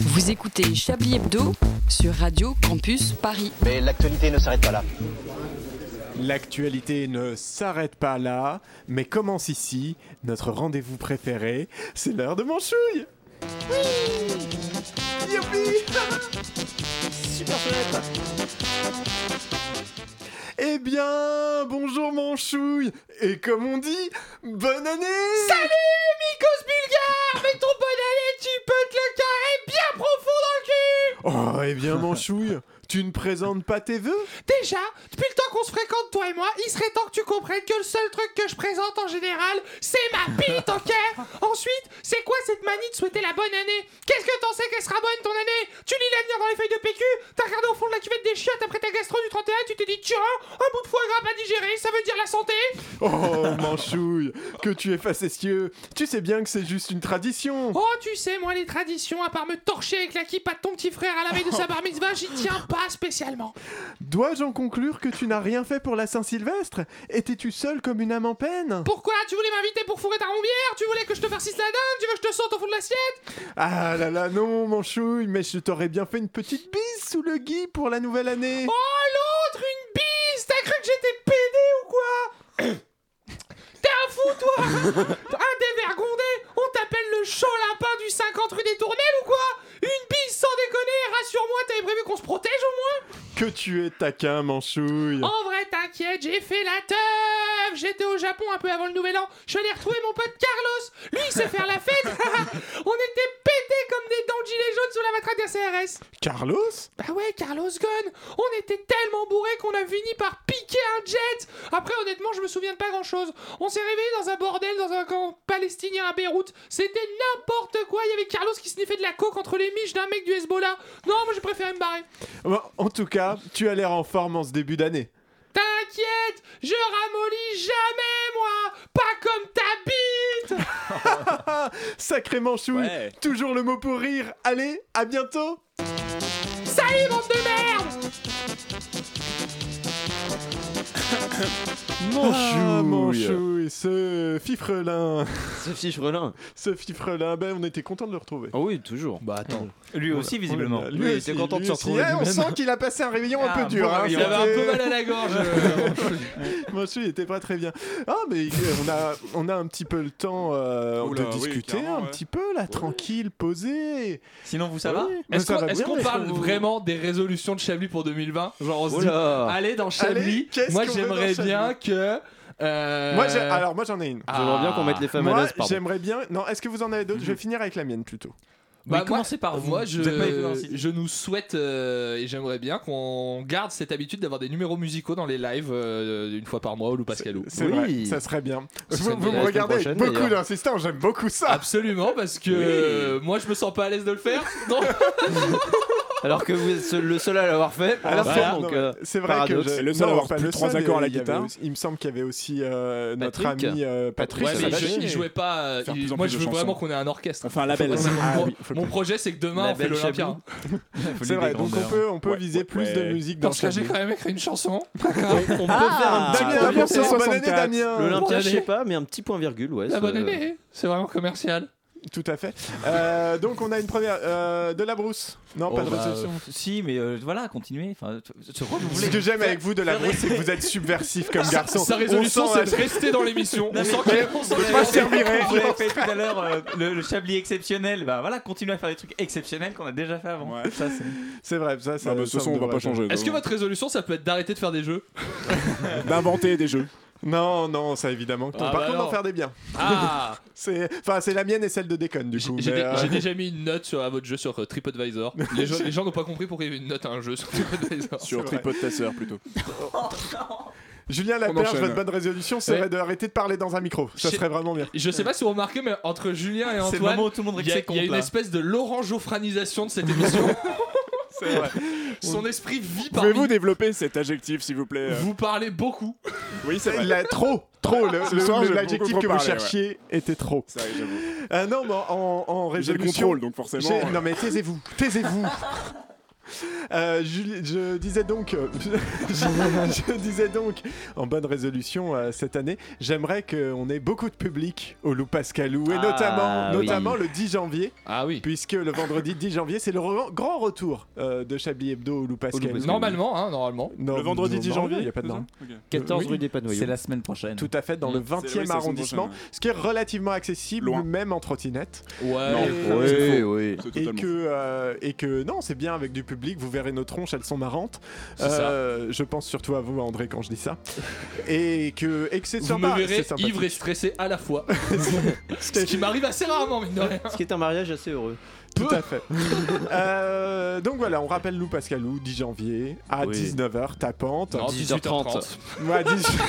Vous écoutez Chablis Hebdo sur Radio Campus Paris.
Mais l'actualité ne s'arrête pas là.
L'actualité ne s'arrête pas là, mais commence ici, notre rendez-vous préféré, c'est l'heure de Manchouille
Youpi
Super
Eh bien, bonjour Manchouille Et comme on dit, bonne année
Salut, Mikos Bulgare Avec ton bonne année, tu peux te le carrer bien profond dans le cul
Oh, eh bien Manchouille, tu ne présentes pas tes vœux
Déjà, depuis le temps qu'on se fréquente, toi et moi, il serait temps que tu comprennes que le seul truc que je présente en général, c'est ma bite, ok Ensuite, c'est quoi cette manie de souhaiter la bonne année Qu'est-ce que t'en sais qu'elle sera bonne ton année Tu lis l'avenir dans les feuilles de PQ, t'as regardé au fond de la cuvette des chiottes après ta gastro du 31, tu t'es dit tiens, un bout de foie gras pas digéré, ça veut dire la santé
Oh Manchouille, que tu es facétieux Tu sais bien que c'est juste une tradition
Oh, tu sais, moi, les traditions, à part me torcher avec la kippa de ton petit frère à la veille de sa bar mitzvah, j'y tiens pas spécialement.
Dois-je en conclure que tu n'as rien fait pour la Saint-Sylvestre Étais-tu seul comme une âme en peine
Pourquoi Tu voulais m'inviter pour fourrer ta rombière Tu voulais que je te farcisse la dinde Tu veux que je te saute au fond de l'assiette
Ah là là, non Manchouille, mais je t'aurais bien fait une petite bise sous le gui pour la nouvelle année
Oh, l'autre, une bise T'as cru que j'étais pédé ou quoi T'es un fou, toi hein? Un dévergondé On t'appelle le chaud lapin du 50 rue des Tournelles ou quoi Une bise sans déconner Rassure-moi, t'avais prévu qu'on se protège au moins
Que tu es taquin, Manchouille
En vrai, t'inquiète, j'ai fait la teuf J'étais au Japon un peu avant le nouvel an. Je suis allé retrouver mon pote Carlos. Lui, il sait faire la fête. On était pétés comme des dents de gilets jaunes sous la matraque d'un CRS.
Carlos
Bah ouais, Carlos Ghosn On était tellement bourrés qu'on a fini par piquer un jet Après, honnêtement, je me souviens de pas grand-chose. On s'est réveillé dans un bordel, dans un camp palestinien à Beyrouth. C'était n'importe quoi Il y avait Carlos qui sniffait de la coke entre les miches d'un mec du Hezbollah. Non, moi, j'ai préféré me barrer.
Bon, En tout cas, tu as l'air en forme en ce début d'année.
T'inquiète, je ramollis jamais, moi Pas comme ta bite
Sacré Manchouille Toujours le mot pour rire Allez, à bientôt
Salut, bande de merde
Ah,
Manchouille.
Manchouille, ce fifrelin
Ce fifrelin
Ce fifrelin, ben on était content de le retrouver.
Ah oui, toujours. Bah attends.
Lui aussi, visiblement.
Voilà.
Lui, il
aussi,
était content de
lui
se
aussi.
retrouver
Eh, on
lui-même.
sent qu'il a passé un réveillon
Ah,
un peu dur.
bon
hein,
réveillon. Il avait un peu
c'était-
mal à la gorge, euh,
Manchouille était pas très bien. Ah, mais euh, on a, on a un petit peu le temps euh,
Oula,
de
oui,
discuter
carrément,
un
ouais.
petit peu là, tranquille, posé.
Sinon, vous
ça va
Est-ce
Ça
qu'on
va
est-ce
bien,
qu'on
mais
parle
faut-
vraiment des résolutions de Chablis pour 2020 Genre on se dit,
Oula.
allez dans
Allez,
Chablis,
qu'est-ce
moi
qu'on veut dans
j'aimerais
Chablis
bien que... euh,
Moi, j'ai- alors moi j'en ai une.
Ah. J'aimerais bien qu'on mette les femmes à
Moi,
l'aise, pardon.
J'aimerais bien. Non, est-ce que vous en avez d'autres Je vais finir avec la mienne plutôt.
Mm-hmm. Bah, moi- Moi, je, je nous souhaite euh, et j'aimerais bien qu'on garde cette habitude d'avoir des numéros musicaux dans les lives euh, une fois par mois au Lou Pascalou.
C'est vrai, ça serait bien.
Ce
Vous,
serait
vous
bien.
me
La
regardez
semaine
avec
prochaine,
beaucoup
d'ailleurs.
d'insistance, j'aime beaucoup ça.
Absolument, parce que euh, moi, je me sens pas à l'aise de le faire. Non.
Alors que vous êtes seul- le seul à l'avoir fait. pour
Alors,
l'instant,
Ah bah, non,
donc,
mais
euh,
c'est vrai que
paradoxe.
je- non, pas le seul, il y avait aussi- il me semble qu'il y avait aussi euh, notre
Patrick.
ami euh, Patrick.
Ouais, mais
Sabatier.
je- il jouait pas. euh,
Faire
il-
plus en
moi,
plus
je
de
veux
chansons.
vraiment qu'on ait un orchestre.
On fait un label.
Faut-
Ah
mon,
oui, faut le
mon
faire.
projet, c'est que demain,
Label
on fait l'Olympia.
C'est vrai, donc on peut, on peut viser plus de musique dans
Parce que j'ai quand même écrit une chanson. on peut
Ah,
petit point
Damien, Damien,
virgule.
c'est bonne année, Damien.
L'Olympia,
Bonne
je
année.
sais pas, mais un petit point virgule, ouais. euh,
La
ça-
bonne année.
C'est vraiment commercial.
Tout à fait. Euh, donc on a une première euh, de la brousse. Non,
Oh,
pas de
bah,
résolution.
euh, si, mais euh, voilà, continuez. Enfin, t- se renouveler.
Ce que j'aime avec vous de la
Faire-
brousse, c'est que vous êtes subversif comme
Sa-
garçon.
sa
On
résolution,
sent euh,
c'est
la-
de rester
dans l'émission.
Non, mais-
qu'il
mais-
y a- servirait.
Vous l'avez fait tout à l'heure, euh, le, le chablis exceptionnel. Bah voilà, continuez à faire des trucs exceptionnels qu'on a déjà fait avant. Ça, c'est-
C'est vrai, ça, ça.
Ah, bah, de toute
ça me
façon, on va
devrait
pas changer.
Est-ce que votre résolution, ça peut être d'arrêter de faire des jeux
D'inventer des jeux. Non, non, ça évidemment que non. Ben
Ah,
Par
bah
contre, d'en
non.
faire des biens.
Ah.
c'est, enfin, c'est la mienne et celle de Déconne du coup.
J'ai
mais,
dé-
euh,
j'ai déjà mis une note sur, à votre jeu sur euh, TripAdvisor. Les gens, les gens n'ont pas compris pourquoi il y avait une note à un jeu sur
Sur
TripAdvisor.
C'est vrai. Oh, Tripod
ta sœur plutôt.
Julien
On
Laperche,
enchaîne.
votre bonne résolution serait
Ouais.
d'arrêter de parler dans un micro. Ça
Je-
serait vraiment bien.
Je sais pas si vous remarquez, mais entre Julien et
C'est le
Antoine,
moment où tout le monde
il y a,
règle ses
il y a
comptes,
une
là.
espèce de Laurent Geoffranisation de cette émission.
C'est vrai.
Son esprit vit parmi
Pouvez-vous développer cet adjectif, s'il vous plaît euh
Vous parlez beaucoup.
Oui, c'est vrai.
La- trop, trop. le-
Ce
le-
soir,
Ah, le-
j'ai
l'adjectif
beaucoup
que vous
parlé, ouais.
cherchiez était trop.
C'est vrai, j'avoue.
Ah non, mais en, en
J'ai le
résolution.
contrôle, donc forcément,
j'ai-
euh.
Non, mais taisez-vous, taisez-vous. Euh, Julie- je disais donc, euh, je, je disais donc, en bonne résolution euh, cette année, j'aimerais qu'on ait beaucoup de public au Lou Pascalou et
Ah,
notamment,
oui.
notamment le 10 janvier.
Ah oui.
Puisque le vendredi 10 janvier, c'est le re- grand retour euh, de Chablis Hebdo au Lou Pascalou.
Normalement, hein, normalement.
Non, non, non, il n'y a pas de norme. Euh, oui.
C'est la semaine prochaine.
Tout à fait, dans le 20e arrondissement, ce qui est relativement accessible, même en trottinette.
Ouais.
Et,
Non,
euh,
c'est
et
faux. Oui, oui.
que,
C'est totalement
euh, et que non, c'est bien avec du public, vous verrez nos tronches, elles sont marrantes.
C'est ça.
Euh, Je pense surtout à vous, André, quand je dis ça. et que, et que c'est
Vous
sympa.
me verrez
c'est sympathique.
ivre et stressé à la fois. Ce qui m'arrive assez rarement, mine de rien.
Ce qui est un mariage assez heureux.
Tout à fait. Euh, donc voilà, on rappelle Lou Pascalou, 10 janvier, à
Oui.
19h, tapante.
Non, 18h30.
Ouais, 18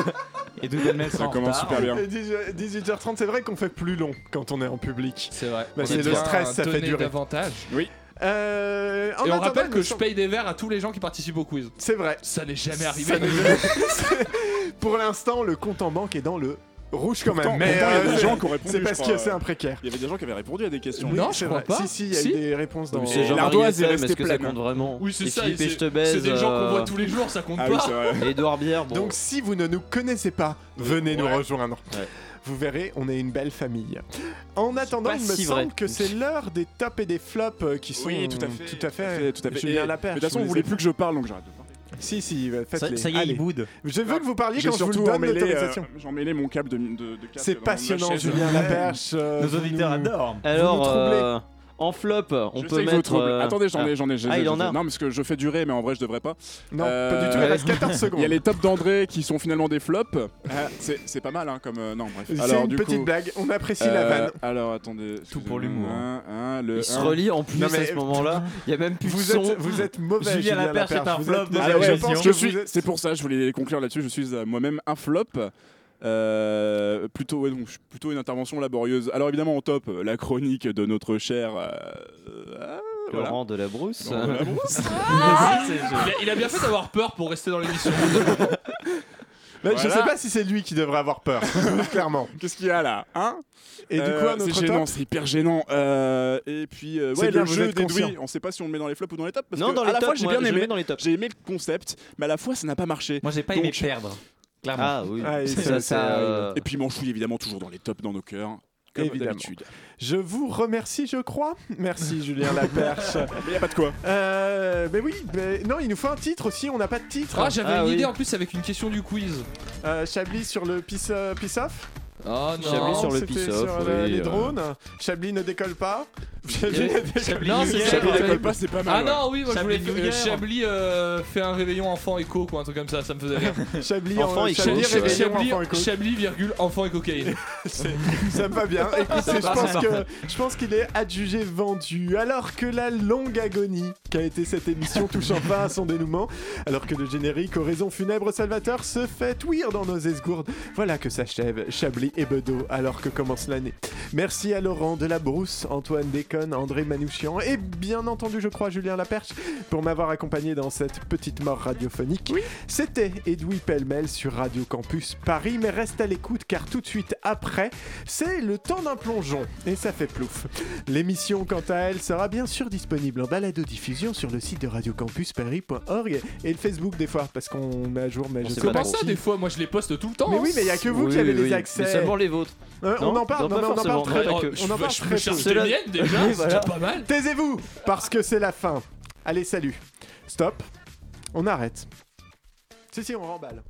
Et de Delmel
Ça commence super bien. euh, 18h30, c'est vrai qu'on fait plus long quand on est en public.
C'est vrai.
Bah,
On
c'est
est
le
bien
stress, ça fait
donné
durer.
davantage.
Oui. Euh, en
Et on
attendant,
rappelle
il
que
me
je
semble-
paye des verres à tous les gens qui participent au quiz.
C'est vrai.
Ça n'est jamais arrivé.
Ça n'est jamais- Pour l'instant, le compte en banque est dans le rouge quand même.
Pourtant- pourtant, il y a des
euh,
gens qui ont répondu,
C'est
je
parce
crois.
que c'est un précaire.
Il y avait des gens qui avaient répondu à des questions.
Oui, c'est vrai. Si, si, il y a eu des réponses dans
Mais
c'est Jean-Marie
L'ardoise est
FM,
restée
est-ce que ça
pleine.
compte vraiment
Oui, c'est
Et
ça,
Philippe
et
et
c'est-
je te baise,
c'est des gens qu'on
euh,
voit tous les jours, ça compte
ah oui,
pas.
c'est vrai. Édouard Bière, bon.
Donc si vous ne nous connaissez pas, venez nous
Ouais.
rejoindre. Vous verrez, on est une belle famille. En attendant,
pas
il me
si
semble
vrai.
que c'est l'heure des tops et des flops euh, qui sont
Oui, tout à fait,
tout à
tout à fait,
fait, euh,
tout à fait.
Julien
Et-
Laperche,
mais de toute façon,
vous
vous
les
voulez plus que je parle, donc j'arrête de
avez- Si si, euh, faites-les.
Ça- ça y est, il
Allez.
boude.
Je veux que vous parliez
J'ai
quand je vous
surtout
donne
emmêlé, euh,
l'autorisation.
J'emmêlais mon câble de, de, de casque
C'est
dans ma
passionnant,
chaise.
Julien Laperche. euh,
Nos
vous
auditeurs
nous-
adorent.
vous nous
Alors,
troublez.
euh, en flop, on
Je
peut
sais que je vous
mettre.
trouble.
euh,
Attendez, j'en ai, j'en ai. j'ai-
Ah, il
j'ai-
en a.
Non, parce que je fais durer, mais en vrai, je devrais pas.
Non, pas du tout, il
ouais.
reste 14 secondes. Euh,
Il y a les tops d'André qui sont finalement des flops. C'est c'est pas mal, hein, comme. euh, non, bref.
C'est
Alors,
une
du
petite
coup,
blague, on apprécie la
euh,
vanne.
Alors, attendez. Tout pour l'humour.
Il se relie en plus
Non,
à
mais-
ce moment-là. Il y a même plus
Vous
de son.
êtes- vous êtes mauvais, Julien Julien Laperche est Laperche, un vous flop êtes de mauvais. la
Ah ouais,
région.
je pense
Je
que
suis-
vous êtes- C'est pour ça, je voulais conclure là-dessus. Je suis euh, moi-même un flop. Euh, plutôt, ouais, donc, je- plutôt une intervention laborieuse. Alors évidemment en top, euh, la chronique de notre cher euh, euh, voilà.
Laurent de la Brousse.
Laurent de la Brousse. Ah,
Il a- il a bien fait d'avoir peur pour rester dans l'émission.
Là, Je
Voilà.
sais pas si c'est lui qui devrait avoir peur, clairement.
Qu'est-ce qu'il y a là Hein
Et du coup,
Euh,
un autre
c'est gênant,
top
c'est hyper gênant. Euh, et puis, euh,
C'est
ouais,
bien,
le
vous
jeu
êtes
des
conscient.
douilles, on sait pas si on le met dans les flops ou dans les tops. Parce
Non,
que
dans
à
les
la fois,
tops,
j'ai
moi,
bien
je le
aimé.
mets dans les
J'ai aimé le concept, mais à la fois, ça n'a pas marché.
Moi, j'ai pas aimé perdre, clairement.
Ah oui.
Ah, et
C'est
ça,
c'est,
ça arrive.
euh, Et puis, Manchouille, évidemment, toujours dans les tops, dans nos cœurs. Comme
Évidemment.
d'habitude.
Je vous remercie, je crois. Merci, Julien Laperche.
Mais y a pas de quoi.
Euh, mais oui, mais non, il nous faut un titre aussi, on n'a pas de titre.
Ah, j'avais une idée en plus avec une question du quiz.
Euh, Chablis sur le piss, euh, piss off
Oh non.
Chablis sur le
C'était
piss
sur
off.
le-
les
euh,
drones. Chablis ne décolle pas. Chablis
Et-
ne décolle
Chablis
pas.
Nougat.
Chablis ne décolle
Chablis-
pas, c'est pas mal.
Ah non,
ouais.
oui, moi je voulais que
Nougat.
euh, Chablis euh, fait un réveillon enfant éco ou un truc comme ça, ça me faisait rire.
Chablis en- Enfant et Chablis coke. réveillon
Chablis-
enfant et coke.
Chablis, virgule, enfant et cocaïne.
Ça me va bien. Écoutez, je
Ça
pense
va.
que je pense qu'il est adjugé vendu. Alors que la longue agonie qu'a été cette émission touche enfin à son dénouement, alors que le générique Horizon funèbre Salvateur se fait ouïr dans nos esgourdes. Voilà que s'achève Chablis et Bedeau alors que commence l'année. Merci à Laurent Delabrousse, Antoine Déconne, André Manouchian et bien entendu, je crois, Julien Laperche pour m'avoir accompagné dans cette petite mort radiophonique. C'était Edoui Pellemel sur Radio Campus Paris, mais reste à l'écoute car tout de suite après, c'est le temps d'un plongeon et ça fait plouf. L'émission, quant à elle, sera bien sûr disponible en balado-diffusion sur le site de radiocampusparis.org et le Facebook des fois parce qu'on met à jour, mais je sais pas
Comment ça
qui.
des fois Moi je les poste tout le temps. hein
Mais oui, mais il y a que vous
Oui,
qui avez
oui,
les
oui.
accès.
Mais seulement les vôtres.
Euh,
Non,
on en parle,
non,
non,
pas
mais on en parle
forcément.
très
Ouais,
peu.
que-
On en
je-
parle
je
très
me
peu.
cherche des Cela- miennes, déjà,
Oui,
c'est
voilà.
déjà pas mal.
Taisez-vous, parce que c'est la fin. Allez, salut. Stop. On arrête. Si, si, on remballe.